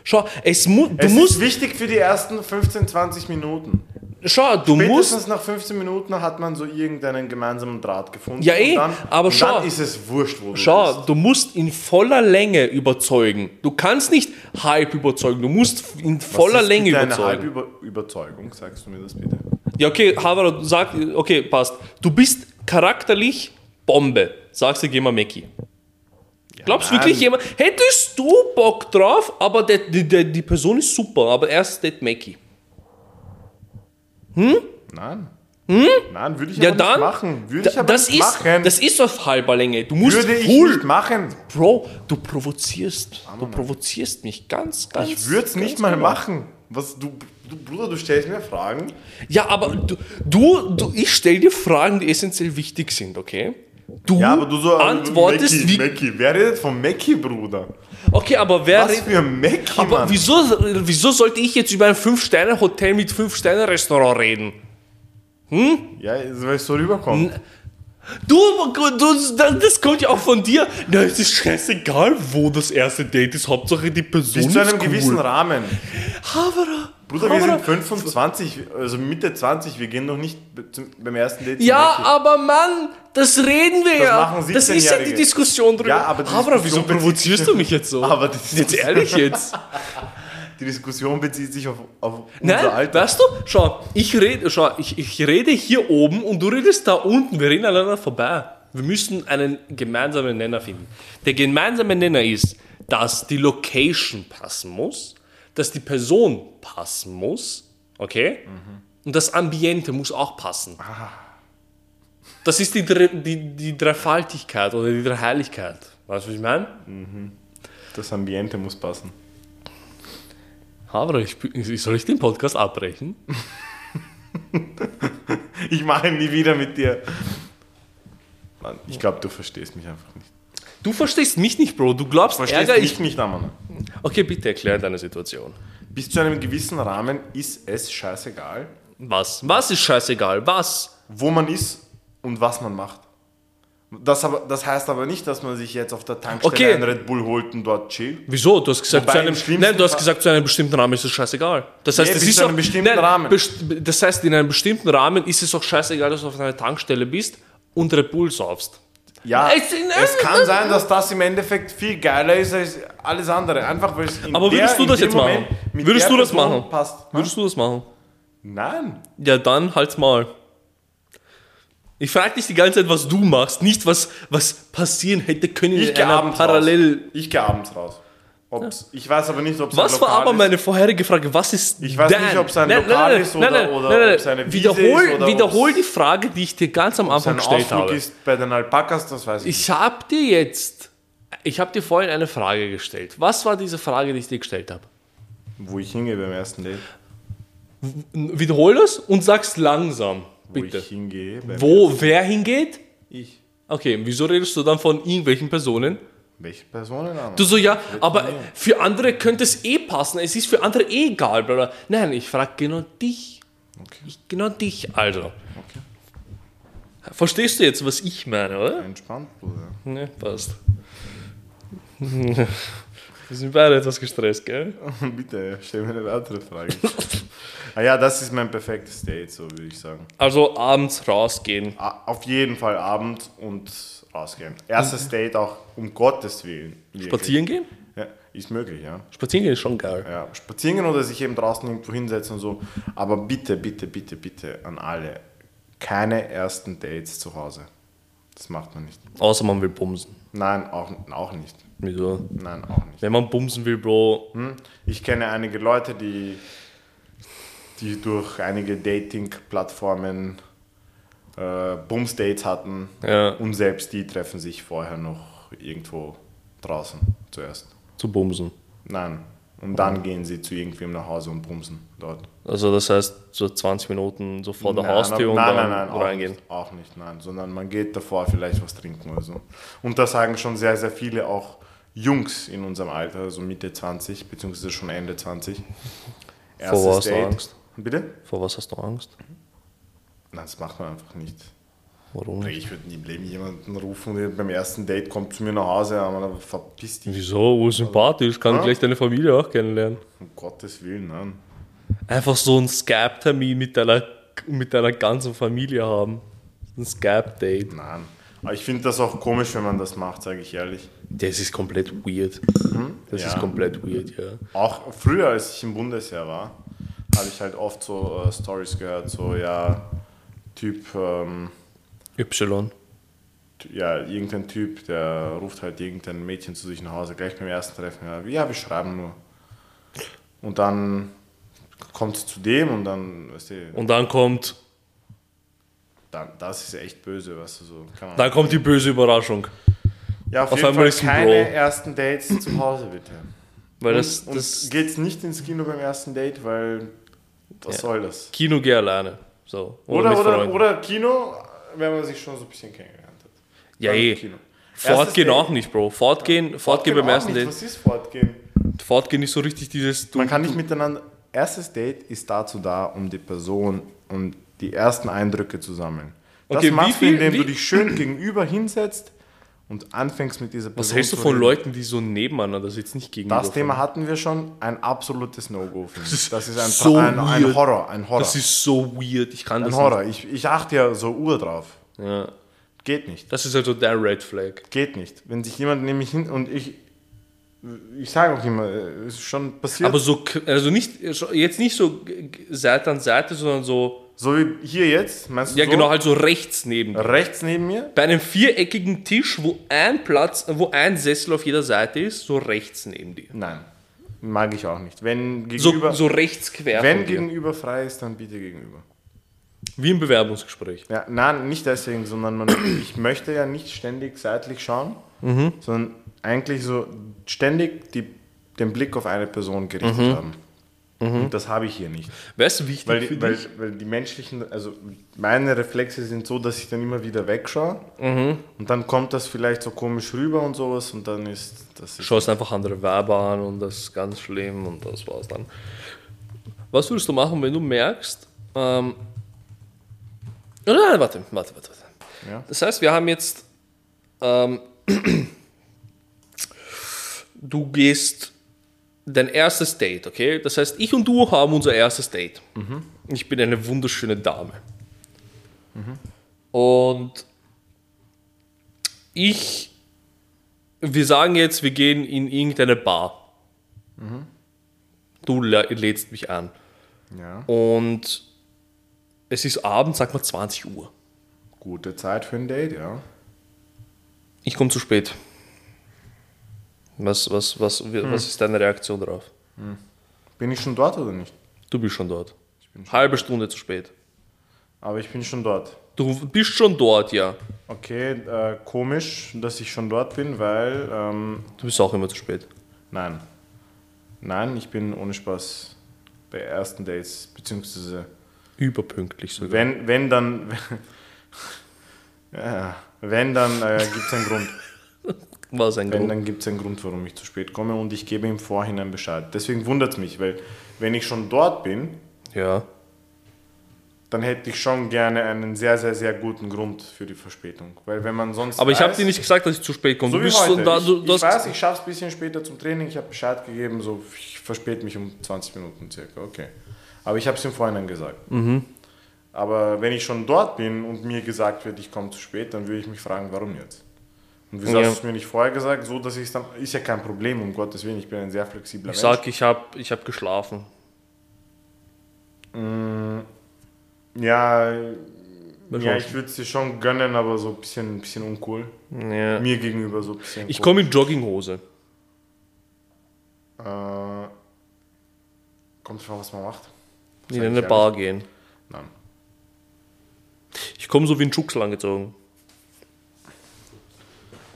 Speaker 1: Schau, es mu du
Speaker 2: es
Speaker 1: musst,
Speaker 2: ist wichtig für die ersten 15, 20 Minuten.
Speaker 1: schau, du musst,
Speaker 2: Mindestens nach 15 Minuten hat man so irgendeinen gemeinsamen Draht gefunden.
Speaker 1: Ja, eh,
Speaker 2: und dann,
Speaker 1: aber
Speaker 2: und
Speaker 1: schau.
Speaker 2: dann ist es wurscht, wo du
Speaker 1: schau,
Speaker 2: bist.
Speaker 1: du musst in voller Länge überzeugen. Du kannst nicht halb überzeugen, du musst in voller
Speaker 2: Was ist
Speaker 1: Länge
Speaker 2: bitte
Speaker 1: überzeugen.
Speaker 2: Eine halbe Über Überzeugung, sagst du mir das bitte?
Speaker 1: Ja, okay, Havara, sag, okay, passt. Du bist charakterlich Bombe. Sagst du, geh mal Mackie. Glaubst du
Speaker 2: nein.
Speaker 1: wirklich jemand? Hättest du Bock drauf, aber der, die- der, die Person ist super, aber erst steht Mackie.
Speaker 2: Nein. Nein, würde ich
Speaker 1: Hm? Ja,
Speaker 2: aber
Speaker 1: dann.
Speaker 2: nicht machen. Würde ich
Speaker 1: Da,
Speaker 2: aber
Speaker 1: das,
Speaker 2: nicht
Speaker 1: ist,
Speaker 2: machen.
Speaker 1: das ist auf halber Länge. Du musst
Speaker 2: würde ich
Speaker 1: full.
Speaker 2: nicht machen.
Speaker 1: Bro, du provozierst. Du provozierst mich ganz, ganz.
Speaker 2: Ich würde es
Speaker 1: ganz
Speaker 2: nicht mal
Speaker 1: genau.
Speaker 2: machen. Was, du, du, Bruder, du stellst mir Fragen.
Speaker 1: Hm? Ja, aber du, du, du ich stelle dir Fragen, die essentiell wichtig sind, okay? Du,
Speaker 2: Ja, aber du so. äh,
Speaker 1: antwortest
Speaker 2: Mackie,
Speaker 1: wie.
Speaker 2: Mackie. Wer redet von Mackie, Bruder?
Speaker 1: Okay, aber wer
Speaker 2: Was
Speaker 1: redet-
Speaker 2: für Mackie,
Speaker 1: Aber
Speaker 2: Mann?
Speaker 1: wieso, wieso sollte ich jetzt über ein 5-Sterne-Hotel mit 5-Sterne-Restaurant reden?
Speaker 2: Ja, soll ich so rüberkommen?
Speaker 1: Du, du, das das kommt ja auch von dir. Na, es ist scheißegal, wo das erste Date ist. Hauptsache die Person
Speaker 2: Bis
Speaker 1: ist
Speaker 2: zu einem
Speaker 1: cool.
Speaker 2: gewissen Rahmen.
Speaker 1: Havara.
Speaker 2: Bruder, wir
Speaker 1: Havara.
Speaker 2: sind 25, also Mitte 20, wir gehen noch nicht be- zum- beim ersten Date. zum
Speaker 1: Ja,
Speaker 2: Mädchen.
Speaker 1: aber Mann, das reden wir
Speaker 2: Das
Speaker 1: ja.
Speaker 2: machen
Speaker 1: das ist ja die
Speaker 2: 17-Jährige.
Speaker 1: Diskussion drüber.
Speaker 2: Ja, aber die
Speaker 1: Havara, wieso
Speaker 2: Diskussion bezieht
Speaker 1: provozierst
Speaker 2: sich-
Speaker 1: du mich jetzt so?
Speaker 2: Aber das ist-
Speaker 1: jetzt ehrlich jetzt.
Speaker 2: Die Diskussion bezieht sich auf, auf
Speaker 1: Nein,
Speaker 2: unser Alter.
Speaker 1: Ne? weißt du, schau, ich rede, schau, ich, ich rede hier oben und du redest da unten. Wir reden aneinander vorbei. Wir müssen einen gemeinsamen Nenner finden. Der gemeinsame Nenner ist, dass die Location passen muss, dass die Person passen muss, okay? Und das Ambiente muss auch passen. Das ist die, Dre- die, die Dreifaltigkeit oder die Dreiheiligkeit. Weißt du, was ich meine?
Speaker 2: Das Ambiente muss passen.
Speaker 1: Aber ich, bin- soll ich den Podcast abbrechen?
Speaker 2: Ich mache ihn nie wieder mit dir. Mann, ich glaube, du verstehst mich einfach nicht.
Speaker 1: Du verstehst mich nicht, Bro. Du glaubst,
Speaker 2: Verstehst
Speaker 1: Ärger, ich
Speaker 2: mich nicht, Ammann.
Speaker 1: Okay, bitte erklär deine Situation.
Speaker 2: Bis zu einem gewissen Rahmen ist es scheißegal,
Speaker 1: Was? Was ist scheißegal? Was?
Speaker 2: wo man ist und was man macht. Das, aber, das heißt aber nicht, dass man sich jetzt auf der Tankstelle
Speaker 1: Okay.
Speaker 2: einen Red Bull holt und dort chillt.
Speaker 1: Wieso? Du hast gesagt,
Speaker 2: Wobei
Speaker 1: zu
Speaker 2: im
Speaker 1: einem,
Speaker 2: schlimmsten
Speaker 1: nein, du hast
Speaker 2: Fall-
Speaker 1: gesagt, zu einem bestimmten Rahmen ist es scheißegal. Das heißt,
Speaker 2: Nee,
Speaker 1: es
Speaker 2: bis
Speaker 1: ist
Speaker 2: zu einem
Speaker 1: auch-
Speaker 2: bestimmten
Speaker 1: nein,
Speaker 2: Rahmen.
Speaker 1: best- das heißt, in einem bestimmten Rahmen ist es auch scheißegal, dass du auf einer Tankstelle bist und Red Bull saufst.
Speaker 2: Ja,
Speaker 1: Es-
Speaker 2: es, kann sein, dass das im Endeffekt viel geiler ist als alles andere. Einfach weil es in
Speaker 1: Aber
Speaker 2: der-
Speaker 1: würdest du
Speaker 2: in
Speaker 1: das
Speaker 2: dem
Speaker 1: jetzt machen?
Speaker 2: mit
Speaker 1: Würdest
Speaker 2: der
Speaker 1: du das
Speaker 2: Person
Speaker 1: machen?
Speaker 2: Passt. ne?
Speaker 1: Würdest du das machen?
Speaker 2: Nein.
Speaker 1: Ja, dann halt's mal. Ich frage dich die ganze Zeit, was du machst, nicht was, was passieren hätte können
Speaker 2: Ich
Speaker 1: in
Speaker 2: gehe
Speaker 1: einer
Speaker 2: abends
Speaker 1: parallel.
Speaker 2: raus. Ich gehe abends raus. Ob's, ich weiß aber nicht, ob es
Speaker 1: Was war aber meine vorherige Frage? Was ist
Speaker 2: Ich weiß
Speaker 1: dein?
Speaker 2: nicht, ob's ein Lokal ist oder- oder ob's eine Wiese
Speaker 1: wiederhol,
Speaker 2: ist oder
Speaker 1: Wiederhol
Speaker 2: ob's-
Speaker 1: die Frage, die ich dir ganz am Anfang
Speaker 2: Sein
Speaker 1: gestellt
Speaker 2: Ausflug
Speaker 1: habe.
Speaker 2: ist bei den Alpakas, das weiß ich.
Speaker 1: ich habe dir jetzt, ich habe dir vorhin eine Frage gestellt. Was war diese Frage, die ich dir gestellt habe?
Speaker 2: Wo ich hingehe beim ersten Date.
Speaker 1: N- Wiederhol das und sag's langsam,
Speaker 2: Wo
Speaker 1: bitte.
Speaker 2: ich hingehe. beim-
Speaker 1: Wo wer hingeht?
Speaker 2: Ich.
Speaker 1: Okay, wieso redest du dann von irgendwelchen Personen?
Speaker 2: Welche Personen an?
Speaker 1: Du so, ja, aber für andere könnte es eh passen, es ist für andere eh egal, bla bla. Nein, ich frage genau dich.
Speaker 2: Okay.
Speaker 1: Ich, genau dich, also. Verstehst du jetzt, was ich meine, oder?
Speaker 2: Entspannt, Bruder.
Speaker 1: Ne, passt. Wir sind beide etwas gestresst, gell?
Speaker 2: Bitte, stell mir eine weitere Frage. ah ja, das ist mein perfektes Date, so würde ich sagen.
Speaker 1: Also abends rausgehen.
Speaker 2: A- Auf jeden Fall Abend und rausgehen. Erstes Date auch um Gottes Willen. wirklich.
Speaker 1: Spazieren gehen?
Speaker 2: Ja, ist möglich, ja.
Speaker 1: Spazieren gehen ist schon geil.
Speaker 2: ja. Spazieren gehen oder sich eben draußen irgendwo hinsetzen und so. Aber bitte, bitte, bitte, bitte an alle. Keine ersten Dates zu Hause. Das macht man nicht.
Speaker 1: Außer man will bumsen.
Speaker 2: Nein, auch, auch nicht.
Speaker 1: Wieso?
Speaker 2: Nein, auch nicht.
Speaker 1: Wenn man bumsen will, Bro.
Speaker 2: Hm? Ich kenne einige Leute, die, die durch einige Dating-Plattformen äh, Bums-Dates hatten
Speaker 1: Ja,
Speaker 2: und selbst die treffen sich vorher noch irgendwo draußen zuerst.
Speaker 1: zu bumsen.
Speaker 2: Nein. Und dann gehen sie zu irgendwem nach Hause und bumsen dort.
Speaker 1: Also das heißt, so 20 Minuten so vor der
Speaker 2: Nein,
Speaker 1: Haustür und
Speaker 2: nein,
Speaker 1: dann
Speaker 2: nein, nein, auch
Speaker 1: reingehen.
Speaker 2: Nicht, auch nicht, nein. Sondern man geht davor vielleicht was trinken oder so. Und das sagen schon sehr, sehr viele auch Jungs in unserem Alter, so Mitte 20, beziehungsweise schon Ende 20. Erstes
Speaker 1: was hast du Angst?
Speaker 2: Bitte?
Speaker 1: Vor was hast du Angst?
Speaker 2: Nein, das macht man einfach nicht.
Speaker 1: Warum? nicht?
Speaker 2: Ich würde nie im Leben jemanden rufen, der beim ersten Date kommt zu mir nach Hause, aber verpiss dich.
Speaker 1: Wieso? Wo sympathisch? Kann
Speaker 2: Ah.
Speaker 1: gleich deine Familie auch kennenlernen.
Speaker 2: Um Gottes Willen, nein.
Speaker 1: Einfach so einen Skype-Termin mit deiner, mit deiner ganzen Familie haben. Ein Skype-Date.
Speaker 2: Nein. Aber ich finde das auch komisch, wenn man das macht, sage ich ehrlich.
Speaker 1: Das ist komplett weird. Das
Speaker 2: Ja.
Speaker 1: ist komplett weird, ja.
Speaker 2: Auch früher, als ich im Bundesheer war, habe ich halt oft so äh, Stories gehört, so ja, Typ, ähm,
Speaker 1: Y.
Speaker 2: t- ja, irgendein Typ, der ruft halt irgendein Mädchen zu sich nach Hause, gleich beim ersten Treffen, ja, ja wir schreiben nur. Und dann kommt sie zu dem und dann, weißt du,
Speaker 1: Und dann kommt,
Speaker 2: dann, das ist echt böse, weißt du, so. Kann man,
Speaker 1: dann kommt die böse Überraschung.
Speaker 2: ja, auf,
Speaker 1: auf
Speaker 2: jeden
Speaker 1: einmal
Speaker 2: Fall
Speaker 1: ist ein
Speaker 2: keine
Speaker 1: Bro.
Speaker 2: ersten Dates zu Hause, bitte.
Speaker 1: Weil
Speaker 2: Und,
Speaker 1: das,
Speaker 2: und
Speaker 1: das
Speaker 2: geht's nicht ins Kino beim ersten Date, weil was
Speaker 1: Ja.
Speaker 2: soll das?
Speaker 1: Kino geh alleine. So.
Speaker 2: Oder,
Speaker 1: mit
Speaker 2: oder,
Speaker 1: Freunden.
Speaker 2: oder Kino, wenn man sich schon so ein bisschen kennengelernt hat.
Speaker 1: Ja,
Speaker 2: Dann
Speaker 1: eh.
Speaker 2: Kino.
Speaker 1: Fortgehen
Speaker 2: Erstes
Speaker 1: auch nicht, Bro. Fortgehen, fortgehen beim
Speaker 2: auch
Speaker 1: ersten
Speaker 2: nicht.
Speaker 1: Date.
Speaker 2: Was ist Fortgehen?
Speaker 1: Fortgehen ist so richtig dieses. Du,
Speaker 2: Man kann nicht miteinander. Erstes Date ist dazu da, um die Person und die ersten Eindrücke zu sammeln. Das
Speaker 1: Okay, wie
Speaker 2: machst
Speaker 1: viel-
Speaker 2: du, indem
Speaker 1: wie-
Speaker 2: du dich schön gegenüber hinsetzt und anfängst mit dieser Person
Speaker 1: was hältst du
Speaker 2: zu
Speaker 1: von
Speaker 2: reden.
Speaker 1: Leuten, die so nebeneinander sitzen, nicht gegenüber?
Speaker 2: Das Thema hatten wir schon, ein absolutes No-Go. für mich.
Speaker 1: ist
Speaker 2: Das ist ein,
Speaker 1: so
Speaker 2: ein, ein
Speaker 1: weird.
Speaker 2: Horror, ein Horror.
Speaker 1: Das ist so weird. Ich kann
Speaker 2: ein
Speaker 1: das
Speaker 2: Horror. Ich, ich achte ja so Uhr drauf.
Speaker 1: nicht. Ja.
Speaker 2: Geht nicht.
Speaker 1: Das ist also dein Red Flag.
Speaker 2: Geht nicht. Wenn sich jemand nämlich hin und ich Ich sage auch immer, es ist schon passiert.
Speaker 1: Aber so, k- also nicht, jetzt nicht so g- g- Seite an Seite, sondern so,
Speaker 2: so wie hier jetzt, meinst du?
Speaker 1: ja
Speaker 2: so?
Speaker 1: genau, halt so rechts neben. dir.
Speaker 2: Rechts neben mir?
Speaker 1: Bei einem viereckigen Tisch, wo ein Platz, wo ein Sessel auf jeder Seite ist, so rechts neben dir.
Speaker 2: Nein. Mag ich auch nicht. Wenn gegenüber,
Speaker 1: So, so rechts quer
Speaker 2: wenn
Speaker 1: von dir.
Speaker 2: gegenüber frei ist, dann bitte gegenüber.
Speaker 1: Wie im Bewerbungsgespräch.
Speaker 2: Ja, nein, nicht deswegen, sondern man, ich möchte ja nicht ständig seitlich schauen,
Speaker 1: Mhm.
Speaker 2: sondern eigentlich so ständig die, den Blick auf eine Person gerichtet
Speaker 1: Mhm.
Speaker 2: haben. Und das habe ich hier nicht.
Speaker 1: Wäre es wichtig
Speaker 2: Weil,
Speaker 1: für
Speaker 2: die-
Speaker 1: dich?
Speaker 2: weil, weil die menschlichen, also meine Reflexe sind so, dass ich dann immer wieder wegschaue
Speaker 1: Mhm.
Speaker 2: und dann kommt das vielleicht so komisch rüber und sowas und dann ist das ist
Speaker 1: schaust einfach andere Weiber an und das ist ganz schlimm und das war's dann. Was würdest du machen, wenn du merkst, ähm, oh nein, warte, warte, warte, warte.
Speaker 2: Ja.
Speaker 1: Das heißt, wir haben jetzt, ähm, du gehst dein erstes Date, okay? Das heißt, ich und du haben unser erstes Date. Ich bin eine wunderschöne Dame. Und ich wir sagen jetzt, wir gehen in irgendeine Bar.
Speaker 2: Mhm.
Speaker 1: Du lä- lädst mich an.
Speaker 2: ja,
Speaker 1: Und es ist abends, sag mal 20 Uhr.
Speaker 2: gute Zeit für ein Date, ja.
Speaker 1: Ich komme zu spät. Was, was, was, wie-
Speaker 2: Hm.
Speaker 1: was ist deine Reaktion darauf?
Speaker 2: Bin ich schon dort oder nicht?
Speaker 1: Du bist schon dort. Halbe Stunde zu spät.
Speaker 2: Aber ich bin schon dort.
Speaker 1: Du bist schon dort, ja.
Speaker 2: Okay, äh, komisch, dass ich schon dort bin, weil ähm,
Speaker 1: Du bist auch immer zu spät.
Speaker 2: nein. Nein, ich bin ohne Spaß bei ersten Dates, beziehungsweise
Speaker 1: Überpünktlich sogar.
Speaker 2: wenn, wenn dann. ja, wenn dann äh, gibt es einen Grund.
Speaker 1: War sein
Speaker 2: Wenn,
Speaker 1: Grund.
Speaker 2: dann gibt es einen Grund, warum ich zu spät komme und ich gebe im Vorhinein Bescheid. Deswegen wundert es mich, weil wenn ich schon dort bin,
Speaker 1: Ja.
Speaker 2: dann hätte ich schon gerne einen sehr, sehr, sehr guten Grund für die Verspätung. Weil wenn man sonst.
Speaker 1: Aber ich habe
Speaker 2: weiß-
Speaker 1: dir nicht gesagt, dass ich zu spät komme.
Speaker 2: So
Speaker 1: du
Speaker 2: wie
Speaker 1: bist
Speaker 2: heute.
Speaker 1: schon da. Du,
Speaker 2: ich,
Speaker 1: du
Speaker 2: ich
Speaker 1: hast-
Speaker 2: weiß, ich schaffe es ein bisschen später zum Training. Ich habe Bescheid gegeben, so ich verspäte mich um 20 Minuten circa. Okay. Aber ich habe es im Vorhinein gesagt.
Speaker 1: Mhm.
Speaker 2: Aber wenn ich schon dort bin und mir gesagt wird, ich komme zu spät, dann würde ich mich fragen, warum jetzt? Und wieso
Speaker 1: Ja.
Speaker 2: hast du es mir nicht vorher gesagt? So, dass ich es dann. Ist ja kein Problem, um Gottes Willen, ich bin ein sehr flexibler
Speaker 1: ich
Speaker 2: Mensch.
Speaker 1: sag, ich habe ich hab geschlafen.
Speaker 2: Ja,
Speaker 1: Mal
Speaker 2: ja
Speaker 1: schauen.
Speaker 2: ich würde es dir schon gönnen, aber so ein bisschen, ein bisschen uncool.
Speaker 1: Ja.
Speaker 2: Mir gegenüber so ein bisschen.
Speaker 1: Ich
Speaker 2: komisch.
Speaker 1: komme in Jogginghose.
Speaker 2: Äh, kommt drauf, an, was man macht.
Speaker 1: in
Speaker 2: Sag ich
Speaker 1: eine
Speaker 2: ehrlich.
Speaker 1: Bar gehen.
Speaker 2: Nein.
Speaker 1: Ich komme so wie ein Schuxel angezogen.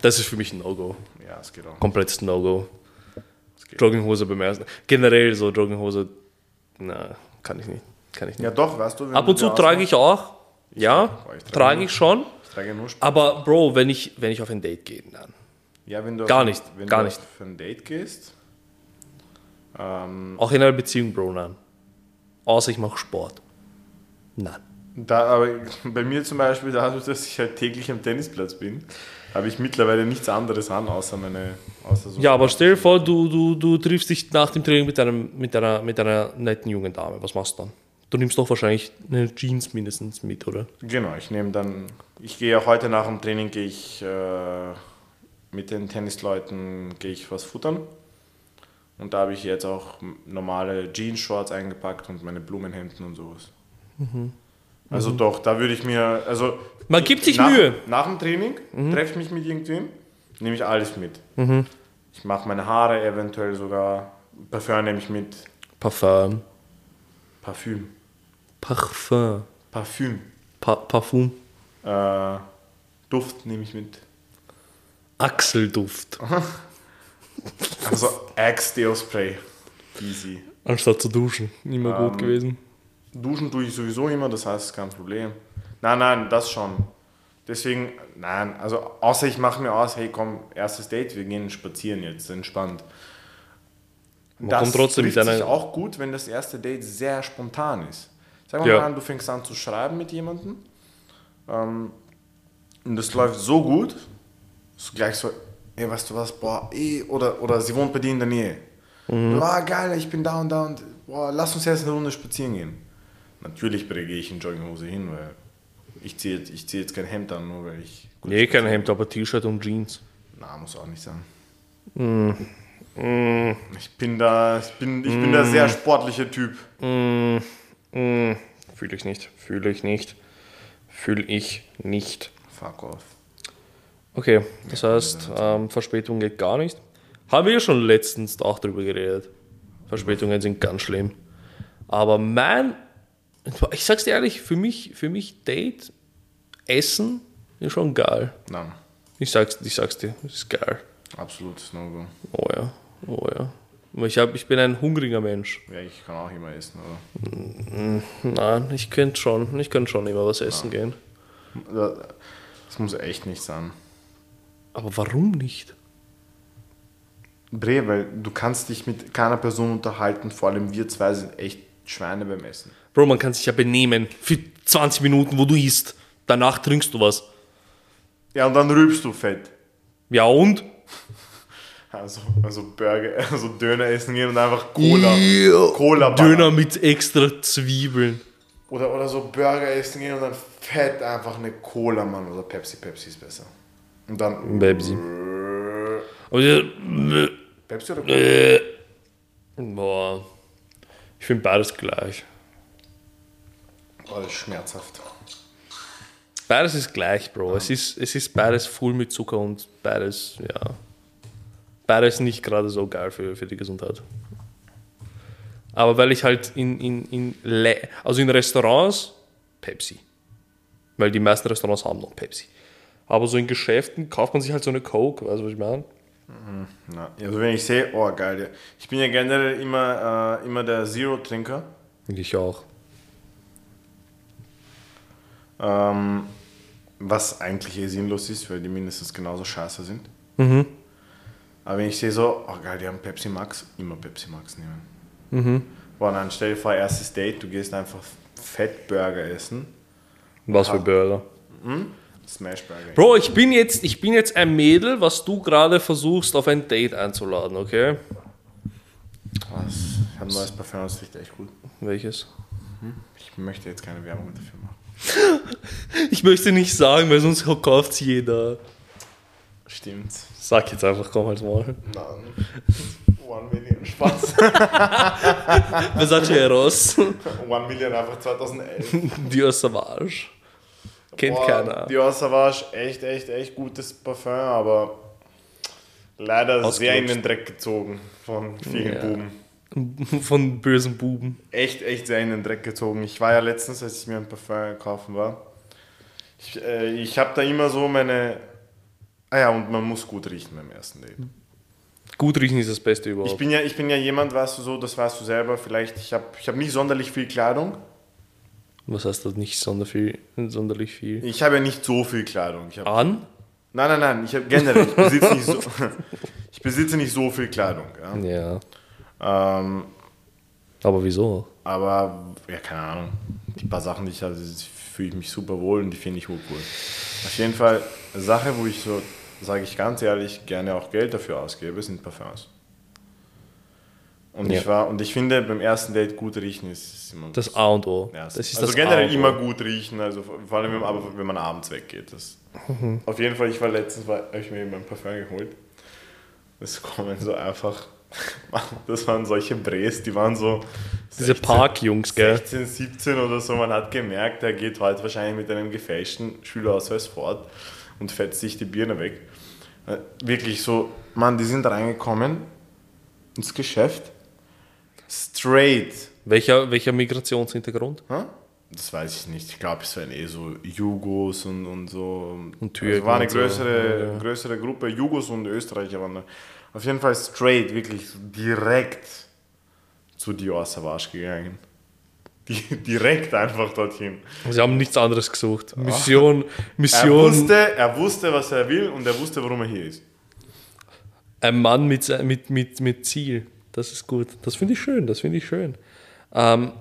Speaker 1: Das ist für mich ein No-Go.
Speaker 2: Ja, es geht auch.
Speaker 1: Komplettes No-Go.
Speaker 2: geht.
Speaker 1: Jogginghose beim ersten. Generell so Jogginghose. Na, kann ich nicht. Kann ich nicht.
Speaker 2: Ja, doch, weißt du. wenn
Speaker 1: Ab
Speaker 2: du
Speaker 1: und zu
Speaker 2: dir
Speaker 1: trage ich auch. Ja,
Speaker 2: trage- ich trage
Speaker 1: trage
Speaker 2: nur-
Speaker 1: ich schon.
Speaker 2: ausmachst, Ich trage nur Sp
Speaker 1: Aber Bro, wenn ich, wenn ich auf ein Date gehe, dann.
Speaker 2: ja, wenn du
Speaker 1: Gar
Speaker 2: auf-
Speaker 1: nicht,
Speaker 2: Wenn
Speaker 1: gar
Speaker 2: du
Speaker 1: nicht.
Speaker 2: Für ein Date gehst. Ähm,
Speaker 1: Auch in einer Beziehung, Bro, nein. Außer ich mache Sport. Nein.
Speaker 2: da, aber bei mir zum Beispiel, dadurch, dass ich halt täglich am Tennisplatz bin, habe ich mittlerweile nichts anderes an, außer meine. Außer so
Speaker 1: Ja, aber stell dir vor, du, du, du triffst dich nach dem Training mit, einem, mit, einer, mit einer netten jungen Dame. Was machst du dann? Du nimmst doch wahrscheinlich eine Jeans mindestens mit, oder?
Speaker 2: Genau, ich nehme dann. Ich gehe ja heute nach dem Training, gehe ich äh, mit den Tennisleuten, gehe ich was futtern. Und da habe ich jetzt auch normale Jeans-Shorts eingepackt und meine Blumenhemden und sowas. Also doch, da würde ich mir, also
Speaker 1: Mhm. Man gibt sich
Speaker 2: nach,
Speaker 1: Mühe. Mhm.
Speaker 2: Nach dem Training treffe ich mich mit irgendwem, nehme ich alles mit. Ich mache meine Haare eventuell sogar, Parfum nehme ich mit,
Speaker 1: Parfum.
Speaker 2: Parfüm,
Speaker 1: Parfum.
Speaker 2: Parfüm,
Speaker 1: Pa Parfum.
Speaker 2: äh, Duft nehme ich mit.
Speaker 1: Achselduft.
Speaker 2: Also Axe Deospray. Easy.
Speaker 1: Anstatt zu duschen. Immer gut gewesen.
Speaker 2: Duschen tue ich sowieso immer, das heißt, es ist kein Problem. Nein, nein, das schon. Deswegen, nein, also außer ich mache mir aus, hey komm, erstes Date, wir gehen spazieren jetzt, entspannt.
Speaker 1: Man kommt trotzdem mit
Speaker 2: trifft sich
Speaker 1: einer-
Speaker 2: auch gut, wenn das erste Date sehr spontan ist. Sag mal,
Speaker 1: Ja.
Speaker 2: an, du fängst an zu schreiben mit jemandem ähm, und das läuft so gut, so gleich so, ey, weißt du was, boah, eh, oder, oder sie wohnt bei dir in der Nähe. Boah, geil, ich bin da und da und, boah, lass uns jetzt eine Runde spazieren gehen. Natürlich gehe ich in Jogginghose hin, weil ich ziehe jetzt, ich zieh jetzt kein Hemd an, nur weil ich.
Speaker 1: Nee, kein Hemd, aber T-Shirt und Jeans.
Speaker 2: Na, muss auch nicht sein. Ich bin da, ich bin, ich bin da sehr sportlicher Typ.
Speaker 1: Hm, fühle ich nicht, fühle ich nicht, fühle ich nicht.
Speaker 2: Fuck off.
Speaker 1: Okay, das heißt, ähm, Verspätung geht gar nicht. Haben wir schon letztens auch drüber geredet. Verspätungen sind ganz schlimm. Aber mein, ich sag's dir ehrlich, für mich, für mich Date, Essen ist schon geil.
Speaker 2: Nein,
Speaker 1: Ich sag's, ich sag's dir, es ist geil.
Speaker 2: absolutes No-Go.
Speaker 1: Oh ja, oh ja. Aber Ich, hab, ich bin ein hungriger Mensch.
Speaker 2: Ja, ich kann auch immer essen, aber.
Speaker 1: Nein, ich könnte schon, ich könnte schon immer was essen gehen.
Speaker 2: Da- Das muss echt nicht sein.
Speaker 1: Aber warum nicht?
Speaker 2: Bre, weil du kannst dich mit keiner Person unterhalten, vor allem wir zwei sind echt Schweine beim Essen.
Speaker 1: Bro, man kann sich ja benehmen für 20 Minuten, wo du isst. Danach trinkst du was.
Speaker 2: Ja, und dann rübst du fett.
Speaker 1: Ja und?
Speaker 2: Also, also Burger, also Döner essen gehen und einfach Cola. Cola ballern.
Speaker 1: Döner mit extra Zwiebeln.
Speaker 2: Oder, oder so Burger essen gehen und dann fett einfach eine Cola, Mann. Oder Pepsi, Pepsi ist besser. Und dann.
Speaker 1: Pepsi. Aber die-
Speaker 2: Pepsi oder Cola?
Speaker 1: Boah. Ich finde beides gleich.
Speaker 2: Oh, das ist schmerzhaft.
Speaker 1: Beides ist gleich, Bro. Es ist, es ist beides voll mit Zucker und beides, ja. Beides nicht gerade so geil für, für die Gesundheit. Aber weil ich halt in, in, in, Le also in Restaurants Pepsi. Weil die meisten Restaurants haben noch Pepsi. Aber so in Geschäften kauft man sich halt so eine Coke, weißt du, was ich meine?
Speaker 2: Na, also wenn ich sehe, oh geil. ja. Ich bin ja generell immer, äh, immer der Zero-Trinker.
Speaker 1: Ich auch.
Speaker 2: Ähm, was eigentlich eh sinnlos ist, weil die mindestens genauso scheiße sind. Aber wenn ich sehe so, oh geil, die haben Pepsi Max, immer Pepsi Max nehmen. Boah, dann stell dir vor, erstes Date, du gehst einfach Fettburger essen.
Speaker 1: Was für Burger.
Speaker 2: Smashburger.
Speaker 1: Bro, ich bin jetzt, ich bin jetzt ein Mädel, was du gerade versuchst, auf ein Date einzuladen, okay?
Speaker 2: Was? Ich habe ein neues Parfum, das riecht echt gut.
Speaker 1: Welches?
Speaker 2: Ich möchte jetzt keine Werbung dafür machen.
Speaker 1: Ich möchte nicht sagen, weil sonst kauft jeder.
Speaker 2: Stimmt.
Speaker 1: Sag jetzt einfach, komm halt mal.
Speaker 2: Nein. One Million. Spaß.
Speaker 1: Versace Eros.
Speaker 2: One Million einfach 2011.
Speaker 1: Dior Savage. Kennt
Speaker 2: Boah,
Speaker 1: keiner.
Speaker 2: Dior Savage, echt, echt, echt gutes Parfum, aber leider sehr in
Speaker 1: Ausgelutscht.
Speaker 2: den Dreck gezogen von vielen
Speaker 1: Ja.
Speaker 2: Buben.
Speaker 1: Von bösen Buben.
Speaker 2: Echt, echt sehr in den Dreck gezogen. Ich war ja letztens, als ich mir ein Parfum kaufen war, ich, äh, ich habe da immer so meine... Ah ja, und man muss gut riechen beim ersten Date.
Speaker 1: Gut riechen ist das Beste überhaupt.
Speaker 2: Ich bin ja, ich bin ja jemand, weißt du so, das weißt du selber, vielleicht, ich habe ich hab nicht sonderlich viel Kleidung.
Speaker 1: Was heißt das nicht sonderlich viel? Sonderlich viel.
Speaker 2: Ich habe ja nicht so viel Kleidung. Ich hab,
Speaker 1: An?
Speaker 2: Nein, nein, nein, ich habe generell, ich besitze, nicht so, ich besitze nicht so viel Kleidung.
Speaker 1: Ja.
Speaker 2: Ja. Ähm,
Speaker 1: Aber wieso?
Speaker 2: aber, ja, keine Ahnung. Die paar Sachen, die ich habe, die fühle ich mich super wohl und die finde ich hochwohl. Auf jeden Fall, eine Sache, wo ich so, sage ich ganz ehrlich, gerne auch Geld dafür ausgebe, sind Parfums. Und,
Speaker 1: Ja.
Speaker 2: ich war, und ich finde, beim ersten Date gut riechen ist, ist immer
Speaker 1: Das A und O.
Speaker 2: Ja,
Speaker 1: das ist
Speaker 2: also
Speaker 1: das A
Speaker 2: generell
Speaker 1: und O.
Speaker 2: immer gut riechen, also vor vor allem wenn, aber wenn man abends weggeht. Das.
Speaker 1: Mhm.
Speaker 2: Auf jeden Fall, ich war letztens, habe ich mir eben ein Parfum geholt. Es kommen so einfach, das waren solche Bres, die waren so
Speaker 1: Diese
Speaker 2: 16,
Speaker 1: Parkjungs, gell?
Speaker 2: 16, 17 oder so. Man hat gemerkt, er geht heute wahrscheinlich mit einem gefälschten Schülerausweis fort und fetzt sich die Birne weg. Äh, Wirklich so, Mann, die sind reingekommen ins Geschäft. Straight
Speaker 1: Welcher, welcher Migrationshintergrund?
Speaker 2: Hä? Das weiß ich nicht. Ich glaube, es waren eh so Jugos und, und so.
Speaker 1: Und Türken
Speaker 2: also war eine
Speaker 1: und so.
Speaker 2: größere, größere Gruppe. Jugos und Österreicher waren da. Auf jeden Fall straight, wirklich direkt zu Dior Savage gegangen. Die, direkt einfach dorthin.
Speaker 1: Sie haben nichts anderes gesucht. Mission,
Speaker 2: Er
Speaker 1: Mission.
Speaker 2: wusste, er wusste, was er will und er wusste, warum er hier ist.
Speaker 1: Ein Mann mit, se- mit, mit, mit Ziel. Das ist gut. Das finde ich schön. Das finde ich schön. Ähm,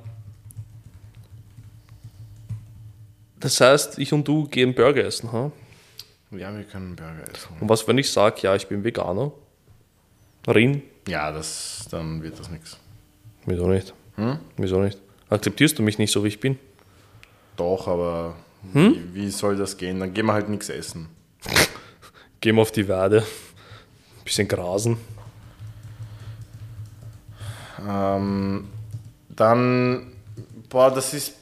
Speaker 1: das heißt, ich und du gehen Burger essen. Ha?
Speaker 2: Ja, wir können Burger essen.
Speaker 1: Und was, wenn ich sage, ja, ich bin Veganer? Rin?
Speaker 2: Ja, das, dann wird das nichts.
Speaker 1: Wieso nicht? Wieso nicht? Akzeptierst du mich nicht so, wie ich bin?
Speaker 2: Doch, aber wie, wie soll das gehen? Dann gehen wir halt nichts essen.
Speaker 1: Gehen wir auf die Weide. Bisschen grasen.
Speaker 2: Ähm, dann, boah, das ist,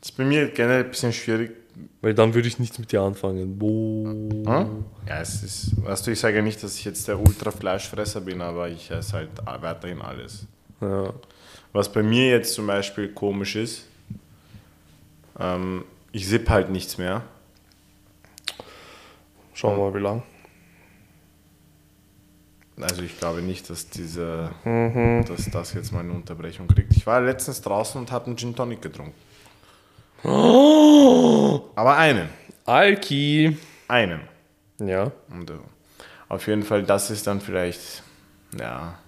Speaker 2: das ist bei mir generell ein bisschen schwierig.
Speaker 1: Weil dann würde ich nichts mit dir anfangen. Boah.
Speaker 2: Hm? Ja, es ist, weißt du, ich sage ja nicht, dass ich jetzt der Ultra-Fleischfresser bin, aber ich esse halt weiterhin alles.
Speaker 1: Ja.
Speaker 2: Was bei mir jetzt zum Beispiel komisch ist, ähm, ich sipp halt nichts mehr.
Speaker 1: Schauen wir mal, wie lang.
Speaker 2: Also ich glaube nicht, dass diese, dass das jetzt mal eine Unterbrechung kriegt. Ich war letztens draußen und habe einen Gin Tonic getrunken. Aber einen,
Speaker 1: Alki.
Speaker 2: einen.
Speaker 1: Ja.
Speaker 2: Und äh, auf jeden Fall, das ist dann vielleicht, ja,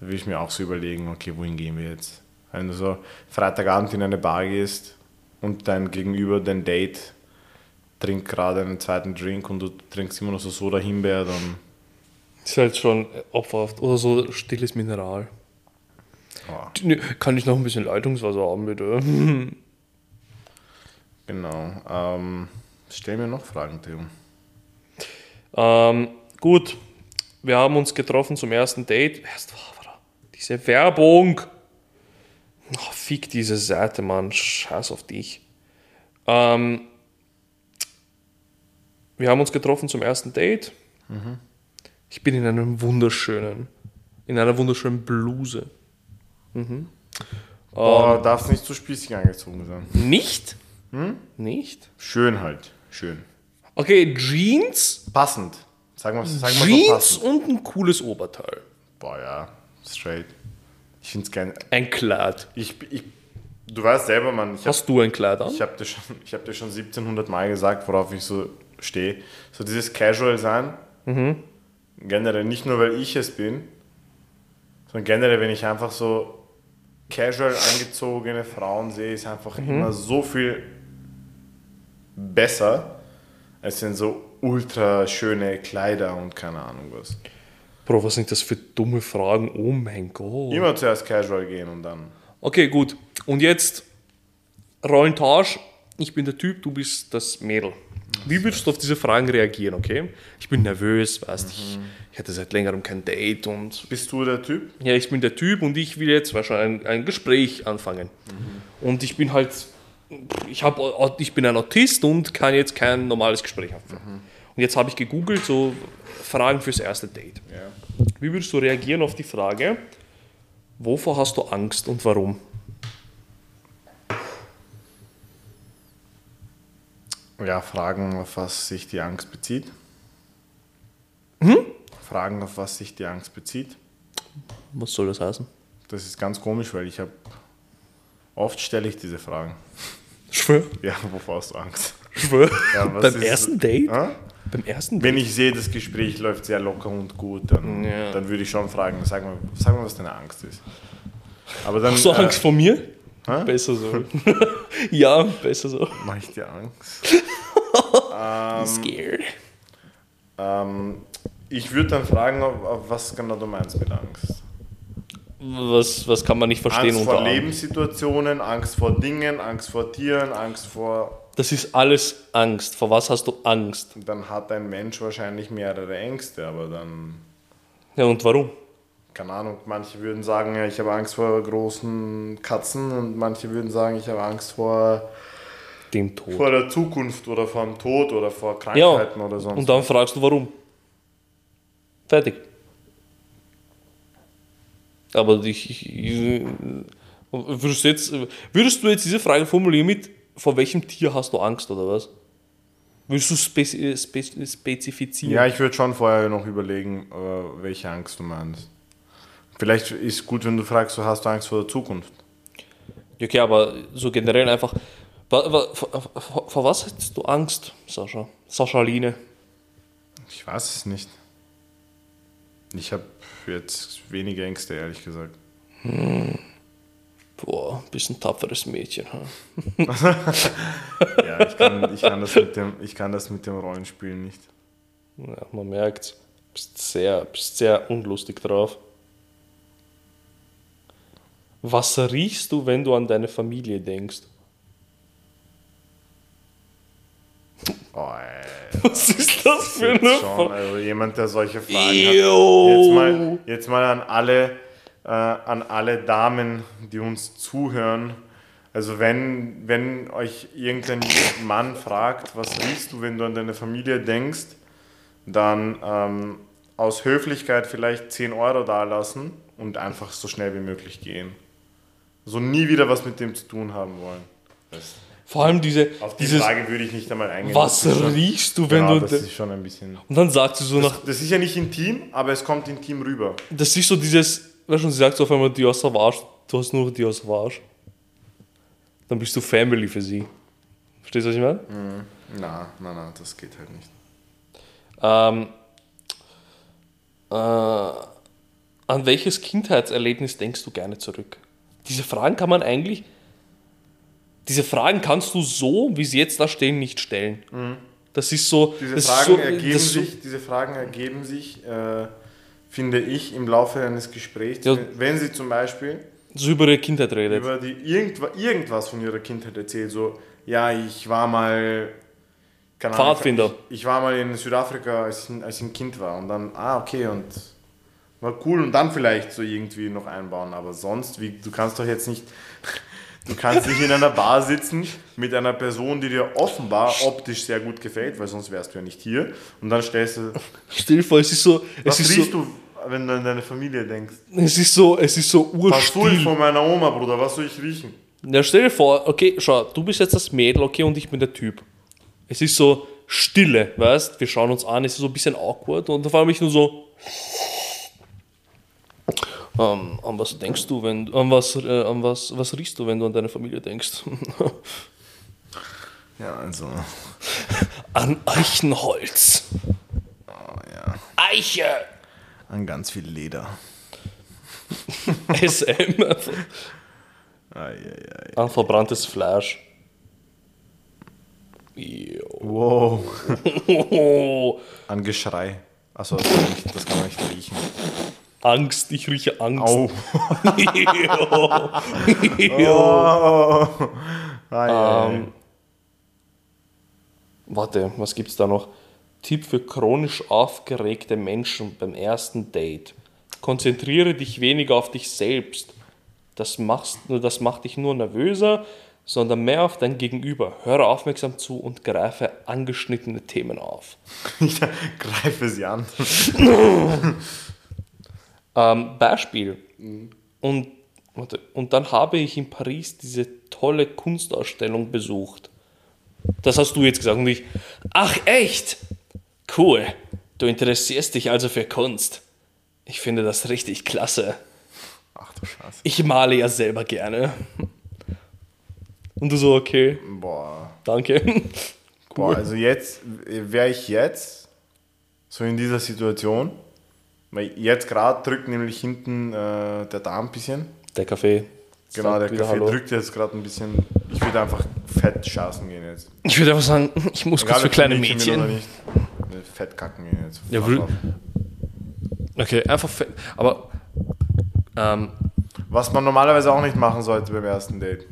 Speaker 2: da will ich mir auch so überlegen, okay, wohin gehen wir jetzt? Wenn du so Freitagabend in eine Bar gehst und dein Gegenüber, dein Date, trinkt gerade einen zweiten Drink und du trinkst immer noch so Soda-Himbeer, dann...
Speaker 1: Ist halt schon opferhaft. Oder so stilles Mineral.
Speaker 2: Oh.
Speaker 1: Nö, Kann ich noch ein bisschen Leitungswasser haben, bitte?
Speaker 2: Genau. Ähm, stell mir noch Fragen, Theo.
Speaker 1: Ähm, gut, wir haben uns getroffen zum ersten Date. Erst war war- diese Werbung. Oh, fick diese Seite, Mann. Scheiß auf dich. Ähm, wir haben uns getroffen zum ersten Date. Mhm. Ich bin in einem wunderschönen, in einer wunderschönen Bluse.
Speaker 2: Boah, Oh, darfst nicht zu spießig angezogen sein.
Speaker 1: Nicht? Hm? Nicht?
Speaker 2: Schön halt. Schön.
Speaker 1: Okay, Jeans,
Speaker 2: Passend. Sag mal, sag mal so
Speaker 1: Jeans
Speaker 2: passend.
Speaker 1: und ein cooles Oberteil.
Speaker 2: Boah, ja. Straight. Ich find's geil.
Speaker 1: Ein Kleid.
Speaker 2: Ich, ich, du weißt selber, Mann. Ich hab,
Speaker 1: Hast du ein Kleid an?
Speaker 2: ich hab, dir, schon, ich hab dir schon 1700 Mal gesagt, worauf ich so stehe. So dieses Casual sein. Generell nicht nur, weil ich es bin, sondern generell, wenn ich einfach so casual angezogene Frauen sehe, ist einfach immer so viel besser, als wenn so ultra schöne Kleider und keine Ahnung was.
Speaker 1: Bro, was sind das für dumme Fragen? Oh mein Gott.
Speaker 2: Immer zuerst casual gehen und dann.
Speaker 1: Okay, gut. Und jetzt Rollentausch. Ich bin der Typ, du bist das Mädel. Wie würdest du auf diese Fragen reagieren, okay? Ich bin nervös, weißt ich, ich hatte seit längerem kein Date und
Speaker 2: Bist du der Typ?
Speaker 1: ja, ich bin der Typ und ich will jetzt wahrscheinlich ein, ein Gespräch anfangen.
Speaker 2: Mhm.
Speaker 1: Und ich bin halt, ich, hab, ich bin ein Autist und kann jetzt kein normales Gespräch anfangen.
Speaker 2: Mhm.
Speaker 1: Und jetzt habe ich gegoogelt, so Fragen fürs erste Date.
Speaker 2: Ja.
Speaker 1: Wie würdest du reagieren auf die Frage, wovor hast du Angst und warum?
Speaker 2: Ja, Fragen, auf was sich die Angst bezieht.
Speaker 1: Hm?
Speaker 2: Fragen, auf was sich die Angst bezieht.
Speaker 1: Was soll das heißen?
Speaker 2: Das ist ganz komisch, weil ich habe. Oft stelle ich diese Fragen.
Speaker 1: Schwör,
Speaker 2: Ja, wovor hast du Angst?
Speaker 1: schwör.
Speaker 2: Ja, was
Speaker 1: Beim
Speaker 2: ist-
Speaker 1: ersten Date?
Speaker 2: Hä?
Speaker 1: Beim ersten Date?
Speaker 2: Wenn ich sehe, das Gespräch läuft sehr locker und gut, dann,
Speaker 1: Ja.
Speaker 2: dann würde ich schon fragen, sag mal, sag mal, was deine Angst ist. Aber dann
Speaker 1: Hast du
Speaker 2: äh,
Speaker 1: Angst vor mir?
Speaker 2: hä?
Speaker 1: Besser so. ja, besser so.
Speaker 2: mach ich dir Angst.
Speaker 1: Scared.
Speaker 2: Ähm, ich würde dann fragen, auf, auf was genau du meinst mit Angst.
Speaker 1: Was, was kann man nicht verstehen
Speaker 2: Angst
Speaker 1: unter
Speaker 2: vor
Speaker 1: Angst?
Speaker 2: Lebenssituationen, Angst vor Dingen, Angst vor Tieren, Angst vor.
Speaker 1: Das ist alles Angst. Vor was hast du Angst?
Speaker 2: Dann hat ein Mensch wahrscheinlich mehrere Ängste, aber dann,
Speaker 1: Ja, und warum?
Speaker 2: keine Ahnung, manche würden sagen, ja, ich habe Angst vor großen Katzen und manche würden sagen, ich habe Angst vor,
Speaker 1: Dem Tod.
Speaker 2: vor der Zukunft oder vor dem Tod oder vor
Speaker 1: ja,
Speaker 2: Krankheiten oder sonst.
Speaker 1: und dann fragst du, warum. Fertig. Aber ich, ich, ich würdest, du jetzt, würdest du jetzt diese Frage formulieren mit, vor welchem Tier hast du Angst oder was? Würdest du spezi spezi spezifizieren?
Speaker 2: Ja, ich würde schon vorher noch überlegen, äh, welche Angst du meinst. Vielleicht ist gut, wenn du fragst, so hast du Angst vor der Zukunft?
Speaker 1: Ja, Okay, aber so generell einfach. Wa- wa- Vor, vor, vor was hättest du Angst, Sascha? Sascha Line.
Speaker 2: Ich weiß es nicht. Ich habe jetzt wenige Ängste, ehrlich gesagt.
Speaker 1: Boah, bisschen tapferes Mädchen. Hm?
Speaker 2: Ja, ich kann, ich kann, das, mit dem, ich kann das mit dem Rollenspiel nicht.
Speaker 1: Ja, man merkt, bist sehr, bist sehr unlustig drauf. Was riechst du, wenn du an deine Familie denkst?
Speaker 2: Oh, ey.
Speaker 1: Was ist das für
Speaker 2: Jetzt
Speaker 1: eine
Speaker 2: schon,
Speaker 1: Frage?
Speaker 2: also jemand, der solche Fragen hat. Jetzt
Speaker 1: Jetzt
Speaker 2: mal, jetzt mal an alle äh, an alle Damen, die uns zuhören. Also wenn, wenn euch irgendein Mann fragt, was riechst du, wenn du an deine Familie denkst, dann ähm, aus Höflichkeit vielleicht 10 Euro dalassen und einfach so schnell wie möglich gehen. So nie wieder was mit dem zu tun haben wollen. Das,
Speaker 1: Vor allem diese,
Speaker 2: auf die
Speaker 1: dieses,
Speaker 2: Frage würde ich nicht einmal eingehen.
Speaker 1: was
Speaker 2: Das ist schon-
Speaker 1: riechst du, wenn
Speaker 2: genau,
Speaker 1: du...
Speaker 2: Das ist schon ein bisschen...
Speaker 1: und dann sagt sie so nach,
Speaker 2: Das ist ja nicht intim, aber es kommt intim rüber.
Speaker 1: das ist so dieses, weißt du, sie sagt so auf einmal Dior Savage, du hast nur Dior Savage. Dann bist du Family für sie. Verstehst du, was ich meine?
Speaker 2: Na, na, na, das geht halt nicht.
Speaker 1: Ähm, äh, an welches Kindheitserlebnis denkst du gerne zurück? Diese Fragen kann man eigentlich, diese Fragen kannst du so, wie sie jetzt da stehen, nicht stellen. Das ist so.
Speaker 2: Mhm. Diese
Speaker 1: das
Speaker 2: Fragen,
Speaker 1: ist so,
Speaker 2: ergeben
Speaker 1: das ist so-
Speaker 2: sich, diese Fragen ergeben sich, äh, finde ich, im Laufe eines Gesprächs.
Speaker 1: Ja.
Speaker 2: Wenn, wenn sie zum Beispiel
Speaker 1: So über ihre Kindheit redet.
Speaker 2: über die, irgendwa, irgendwas von ihrer Kindheit erzählt, so, ja, ich war mal... keine Ahnung,
Speaker 1: Pfadfinder.
Speaker 2: Ich, ich war mal in Südafrika, als ich, als ich ein Kind war. Und dann, ah, okay, und war cool. Und dann vielleicht so irgendwie noch einbauen. Aber sonst, wie, du kannst doch jetzt nicht... Du kannst nicht in einer Bar sitzen mit einer Person, die dir offenbar optisch sehr gut gefällt, weil sonst wärst du ja nicht hier. Und dann stellst du,
Speaker 1: Stell dir vor, es ist so, es
Speaker 2: was
Speaker 1: ist
Speaker 2: riechst
Speaker 1: so,
Speaker 2: du, wenn du an deine Familie denkst?
Speaker 1: es ist so, es ist so
Speaker 2: Was soll ich
Speaker 1: urstil.
Speaker 2: von meiner Oma, Bruder? Was soll ich riechen?
Speaker 1: Ja, stell dir vor, okay, schau, du bist jetzt das Mädel, okay, und ich bin der Typ. Es ist so Stille, weißt, wir schauen uns an, es ist so ein bisschen awkward und da war ich nur so. Ähm, an was denkst du, wenn an was äh, an was was riechst du, wenn du an deine Familie denkst?
Speaker 2: Ja, also,
Speaker 1: an Eichenholz.
Speaker 2: Oh, ja,
Speaker 1: Eiche.
Speaker 2: an ganz viel Leder.
Speaker 1: SM. an verbranntes Fleisch. Jo.
Speaker 2: Wow. An Geschrei. Achso, das, kann man nicht- das kann man nicht riechen.
Speaker 1: Angst, ich rieche Angst.
Speaker 2: Au.
Speaker 1: Jo. Jo.
Speaker 2: Oh. Ai, ai,
Speaker 1: Ähm.
Speaker 2: ai.
Speaker 1: Warte, was gibt's da noch? Tipp für chronisch aufgeregte Menschen beim ersten Date. Konzentriere dich weniger auf dich selbst. Das, machst, das macht dich nur nervöser, sondern mehr auf dein Gegenüber. Höre aufmerksam zu und greife angeschnittene Themen auf.
Speaker 2: Ich greife sie an.
Speaker 1: Ähm, Beispiel.
Speaker 2: Mhm.
Speaker 1: Und, warte, und dann habe ich in Paris diese tolle Kunstausstellung besucht. Das hast du jetzt gesagt und ich, ach echt? Cool, du interessierst dich also für Kunst. Ich finde das richtig klasse.
Speaker 2: Ach du Scheiße.
Speaker 1: Ich male ja selber gerne. Und du so, okay,
Speaker 2: Boah.
Speaker 1: danke.
Speaker 2: Boah, also jetzt wäre ich jetzt so in dieser Situation, weil jetzt gerade drückt nämlich hinten äh, der Darm ein bisschen.
Speaker 1: Der Kaffee.
Speaker 2: Genau,
Speaker 1: sagt
Speaker 2: der
Speaker 1: wieder
Speaker 2: Kaffee
Speaker 1: Hallo.
Speaker 2: drückt jetzt gerade ein bisschen. Ich würde einfach fett schaßen gehen jetzt.
Speaker 1: Ich würde einfach sagen, ich muss kurz für
Speaker 2: ob
Speaker 1: kleine
Speaker 2: Mädchen will
Speaker 1: Mädchen.
Speaker 2: Oder nicht. Fett kacken gehen jetzt.
Speaker 1: Ja,
Speaker 2: Fuck
Speaker 1: will-
Speaker 2: off.
Speaker 1: Okay, einfach, fe- aber ähm,
Speaker 2: Was man normalerweise auch nicht machen sollte beim ersten Date.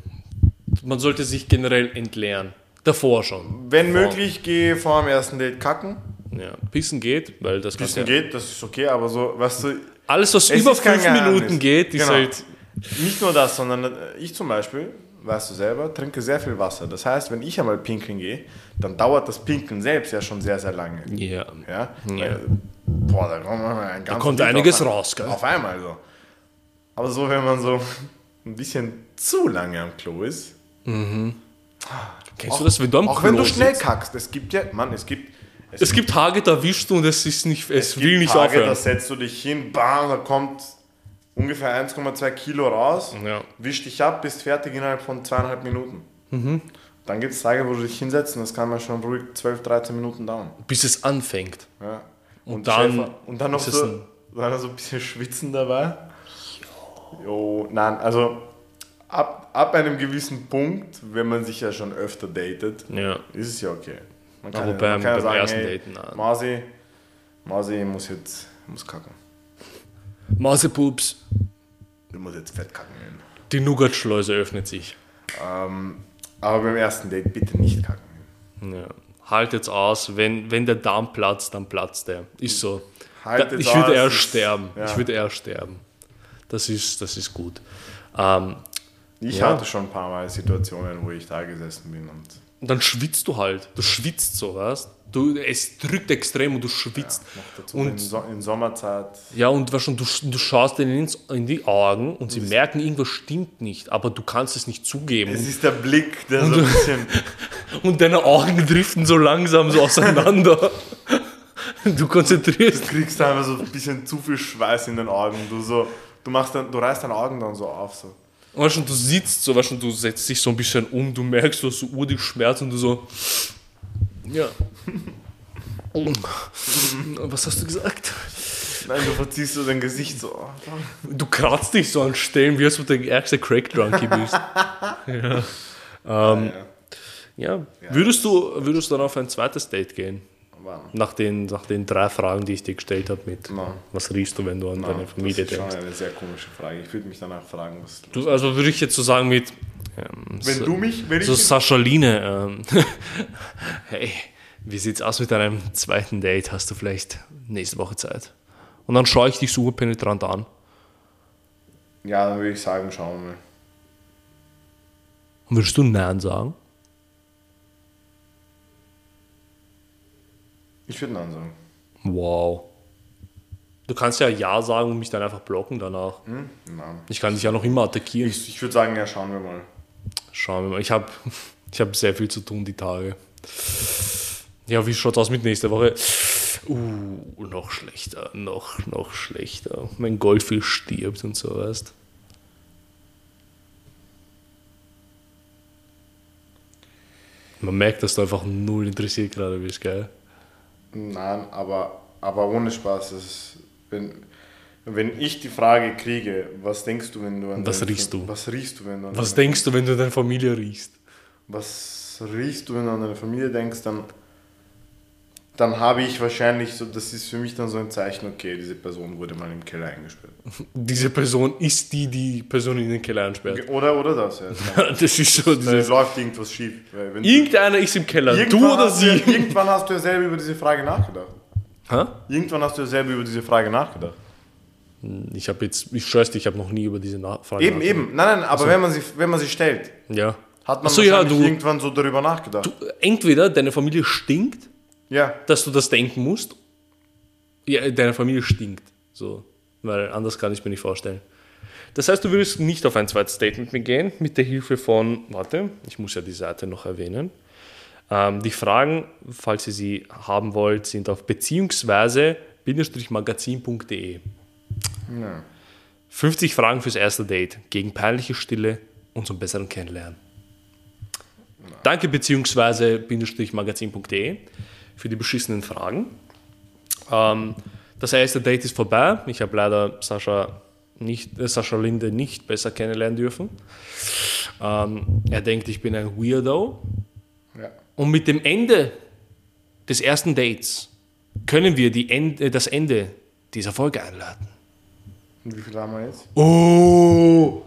Speaker 1: Man sollte sich generell entleeren. Davor schon.
Speaker 2: Wenn möglich, geh vor dem ersten Date kacken.
Speaker 1: Ja. Pissen geht, weil das
Speaker 2: Bisschen
Speaker 1: kannst ja-
Speaker 2: geht, das ist okay, aber so, weißt du,
Speaker 1: Alles, was
Speaker 2: Es
Speaker 1: über
Speaker 2: ist kein
Speaker 1: fünf Minuten
Speaker 2: Geheimnis.
Speaker 1: geht, ist
Speaker 2: Genau.
Speaker 1: halt.
Speaker 2: Nicht nur das, sondern äh, ich zum Beispiel, weißt du selber, trinke sehr viel Wasser. Das heißt, wenn ich einmal pinkeln gehe, dann dauert das Pinkeln selbst ja schon sehr, sehr lange.
Speaker 1: Ja.
Speaker 2: Ja? Weil, Boah, da kommt, man ein ganzes
Speaker 1: kommt
Speaker 2: Lied
Speaker 1: einiges
Speaker 2: auf ein-
Speaker 1: raus, gell?
Speaker 2: Auf einmal so. Aber so, wenn man so ein bisschen zu lange am Klo ist,
Speaker 1: Kennst du das, wenn du am
Speaker 2: auch
Speaker 1: Klo
Speaker 2: wenn du schnell
Speaker 1: sitzt?
Speaker 2: kackst, es gibt ja, Mann, es gibt.
Speaker 1: Es gibt Tage, da wischst du und es, ist nicht, es,
Speaker 2: gibt
Speaker 1: will nicht
Speaker 2: Tage, Da
Speaker 1: aufhören.
Speaker 2: setzt du dich hin, bam, da kommt ungefähr 1,2 Kilo raus,
Speaker 1: Ja.
Speaker 2: wisch dich ab, bist fertig innerhalb von zweieinhalb Minuten.
Speaker 1: Mhm.
Speaker 2: Dann gibt es Tage, wo du dich hinsetzt und das kann mal schon ruhig 12, 13 Minuten dauern.
Speaker 1: Bis es anfängt.
Speaker 2: Ja. Und,
Speaker 1: dann
Speaker 2: Schäfer- und dann noch
Speaker 1: ist es
Speaker 2: so,
Speaker 1: ein-
Speaker 2: dann noch so ein bisschen schwitzen dabei. Jo, nein, also ab, ab einem gewissen Punkt, wenn man sich ja schon öfter datet,
Speaker 1: Ja.
Speaker 2: ist es ja okay. Man
Speaker 1: Aber
Speaker 2: ja-
Speaker 1: beim-
Speaker 2: ja
Speaker 1: beim ersten Daten, nein.
Speaker 2: Masi, Masi muss jetzt muss kacken.
Speaker 1: Mausepups.
Speaker 2: Du musst jetzt fett kacken. Gehen.
Speaker 1: Die Nougat-Schleuse öffnet sich.
Speaker 2: Ähm, aber beim ersten Date bitte nicht kacken.
Speaker 1: Ja. Haltet's aus, wenn, wenn der Darm platzt, dann platzt der. Ist so.
Speaker 2: Haltet's
Speaker 1: da, ich würde
Speaker 2: aus,
Speaker 1: eher
Speaker 2: ist-
Speaker 1: sterben.
Speaker 2: ja.
Speaker 1: Ich würde eher sterben. Das ist, das ist gut. Ähm,
Speaker 2: Ich
Speaker 1: Ja.
Speaker 2: hatte schon ein paar Mal Situationen, wo ich da gesessen bin und
Speaker 1: und dann schwitzt du halt. Du schwitzt so, weißt du? Es drückt extrem und du schwitzt.
Speaker 2: noch dazu in,
Speaker 1: und
Speaker 2: so in Sommerzeit.
Speaker 1: Ja, und weißt schon, du, sch- du schaust denen ins, in die Augen und sie merken, irgendwas stimmt nicht, aber du kannst es nicht zugeben.
Speaker 2: Es ist der Blick, der so ein bisschen.
Speaker 1: Und, und deine Augen driften so langsam so auseinander. du konzentrierst.
Speaker 2: Du kriegst einfach so ein bisschen zu viel Schweiß in den Augen. Du, so, du, machst dann, du reißt deine Augen dann so auf. So.
Speaker 1: Weißt schon, du sitzt so, weißt schon, du setzt dich so ein bisschen um, du merkst, du hast so urdig Schmerz und du so. Ja. Was hast du gesagt?
Speaker 2: Nein, du verziehst so dein Gesicht so. Oh, fuck.
Speaker 1: Du kratzt dich so an Stellen, wie als ob du der ärgste Crack-Drunkie bist. Ähm,
Speaker 2: ja,
Speaker 1: Ja. Würdest du, würdest du dann auf ein zweites Date gehen?
Speaker 2: Mann.
Speaker 1: Nach den, nach den drei Fragen, die ich dir gestellt habe, mit
Speaker 2: Nein.
Speaker 1: was riechst du, wenn du an
Speaker 2: Nein,
Speaker 1: deine Familie
Speaker 2: das ist schon
Speaker 1: denkst?
Speaker 2: eine sehr komische Frage. Ich würde mich danach fragen, was.
Speaker 1: Du, also würde ich jetzt so sagen mit ähm,
Speaker 2: Wenn
Speaker 1: so,
Speaker 2: du mich, wenn
Speaker 1: so
Speaker 2: ich.
Speaker 1: Saschaline, ähm, hey, wie sieht's aus mit deinem zweiten Date? Hast du vielleicht nächste Woche Zeit? Und dann schaue ich dich super penetrant an.
Speaker 2: Ja, dann würde ich sagen, schauen wir mal.
Speaker 1: Und würdest du Nein sagen?
Speaker 2: Ich würde dann sagen.
Speaker 1: Wow. Du kannst ja Ja sagen und mich dann einfach blocken danach.
Speaker 2: Hm? Nein.
Speaker 1: Ich kann dich ja noch immer attackieren.
Speaker 2: Ich, ich würde sagen, ja, schauen wir mal.
Speaker 1: Schauen wir mal. Ich habe ich hab sehr viel zu tun die Tage. Ja, wie schaut's aus mit nächster Woche? Uh, noch schlechter, noch, noch schlechter. Mein Goldfisch stirbt und so, weißt Man merkt, dass du einfach null interessiert gerade bist, gell?
Speaker 2: Nein, aber, aber ohne Spaß. Das ist, wenn, wenn ich die Frage kriege, was denkst du, wenn du an
Speaker 1: Was
Speaker 2: deine-
Speaker 1: riechst du?
Speaker 2: Was riechst du, wenn du an
Speaker 1: Was
Speaker 2: deine,
Speaker 1: denkst du, wenn du deine Familie riechst?
Speaker 2: was riechst du, wenn du an deine Familie denkst, dann, dann habe ich wahrscheinlich so, das ist für mich dann so ein Zeichen, okay, diese Person wurde mal im Keller eingesperrt.
Speaker 1: Diese Person ist die, die Person in den Keller einsperrt.
Speaker 2: Oder, oder das, ja. Also,
Speaker 1: Das ist so
Speaker 2: Da
Speaker 1: dieses...
Speaker 2: läuft irgendwas schief. weil Wenn
Speaker 1: Irgendeiner ist im Keller,
Speaker 2: irgendwann
Speaker 1: du oder
Speaker 2: hast du ja-
Speaker 1: sie.
Speaker 2: Irgendwann hast du ja selber über diese Frage nachgedacht.
Speaker 1: Hä?
Speaker 2: Irgendwann hast du ja selber über diese Frage nachgedacht.
Speaker 1: Ich habe jetzt, ich schwör's dir, ich habe noch nie über diese Na- Frage
Speaker 2: Eben, eben. Nein, nein, aber wenn, man sie, wenn man sie stellt,
Speaker 1: nachgedacht. Ja.
Speaker 2: hat man
Speaker 1: Ach so, ja,
Speaker 2: also wahrscheinlich
Speaker 1: du-
Speaker 2: irgendwann so darüber nachgedacht.
Speaker 1: Entweder deine Familie stinkt,
Speaker 2: ja,
Speaker 1: dass du das denken musst. Ja, deine Familie stinkt. So. Weil anders kann ich mir nicht vorstellen. Das heißt, du würdest nicht auf ein zweites Date mit mir gehen, mit der Hilfe von, warte, ich muss ja die Seite noch erwähnen. Ähm, die Fragen, falls ihr sie haben wollt, sind auf beziehungsweise-magazin.de. 50 Fragen fürs erste Date gegen peinliche Stille und zum besseren Kennenlernen. Danke beziehungsweise magazin.de für die beschissenen Fragen. Ähm, das erste Date ist vorbei. Ich habe leider Sascha, nicht, äh, Sascha Linde nicht besser kennenlernen dürfen. Ähm, er denkt, ich bin ein Weirdo.
Speaker 2: ja.
Speaker 1: Und mit dem Ende des ersten Dates können wir die End- äh, das Ende dieser Folge einladen.
Speaker 2: Und wie viel haben wir jetzt?
Speaker 1: Oh!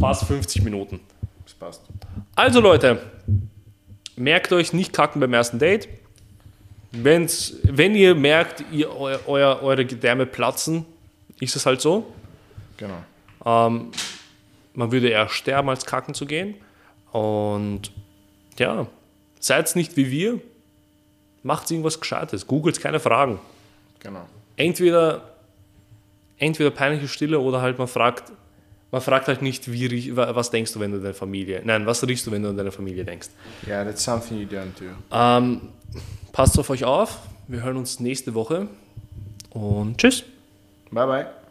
Speaker 1: Fast 50 Minuten.
Speaker 2: Das passt.
Speaker 1: Also Leute, merkt euch nicht kacken beim ersten Date. Wenn's, wenn ihr merkt, ihr, eu, euer, eure Gedärme platzen, ist es halt so.
Speaker 2: Genau.
Speaker 1: Man würde eher sterben, als kacken zu gehen. Und ja, seid's nicht wie wir. Macht irgendwas Gescheites. Googelt keine Fragen.
Speaker 2: Genau.
Speaker 1: entweder, entweder peinliche Stille oder halt man fragt, man fragt halt nicht, wie, riech- wa- was denkst du, wenn du an deine Familie, nein, was riechst du, wenn du an deine Familie denkst.
Speaker 2: Yeah, that's something you don't do.
Speaker 1: Ähm, passt auf euch auf, wir hören uns nächste Woche und tschüss.
Speaker 2: Bye bye.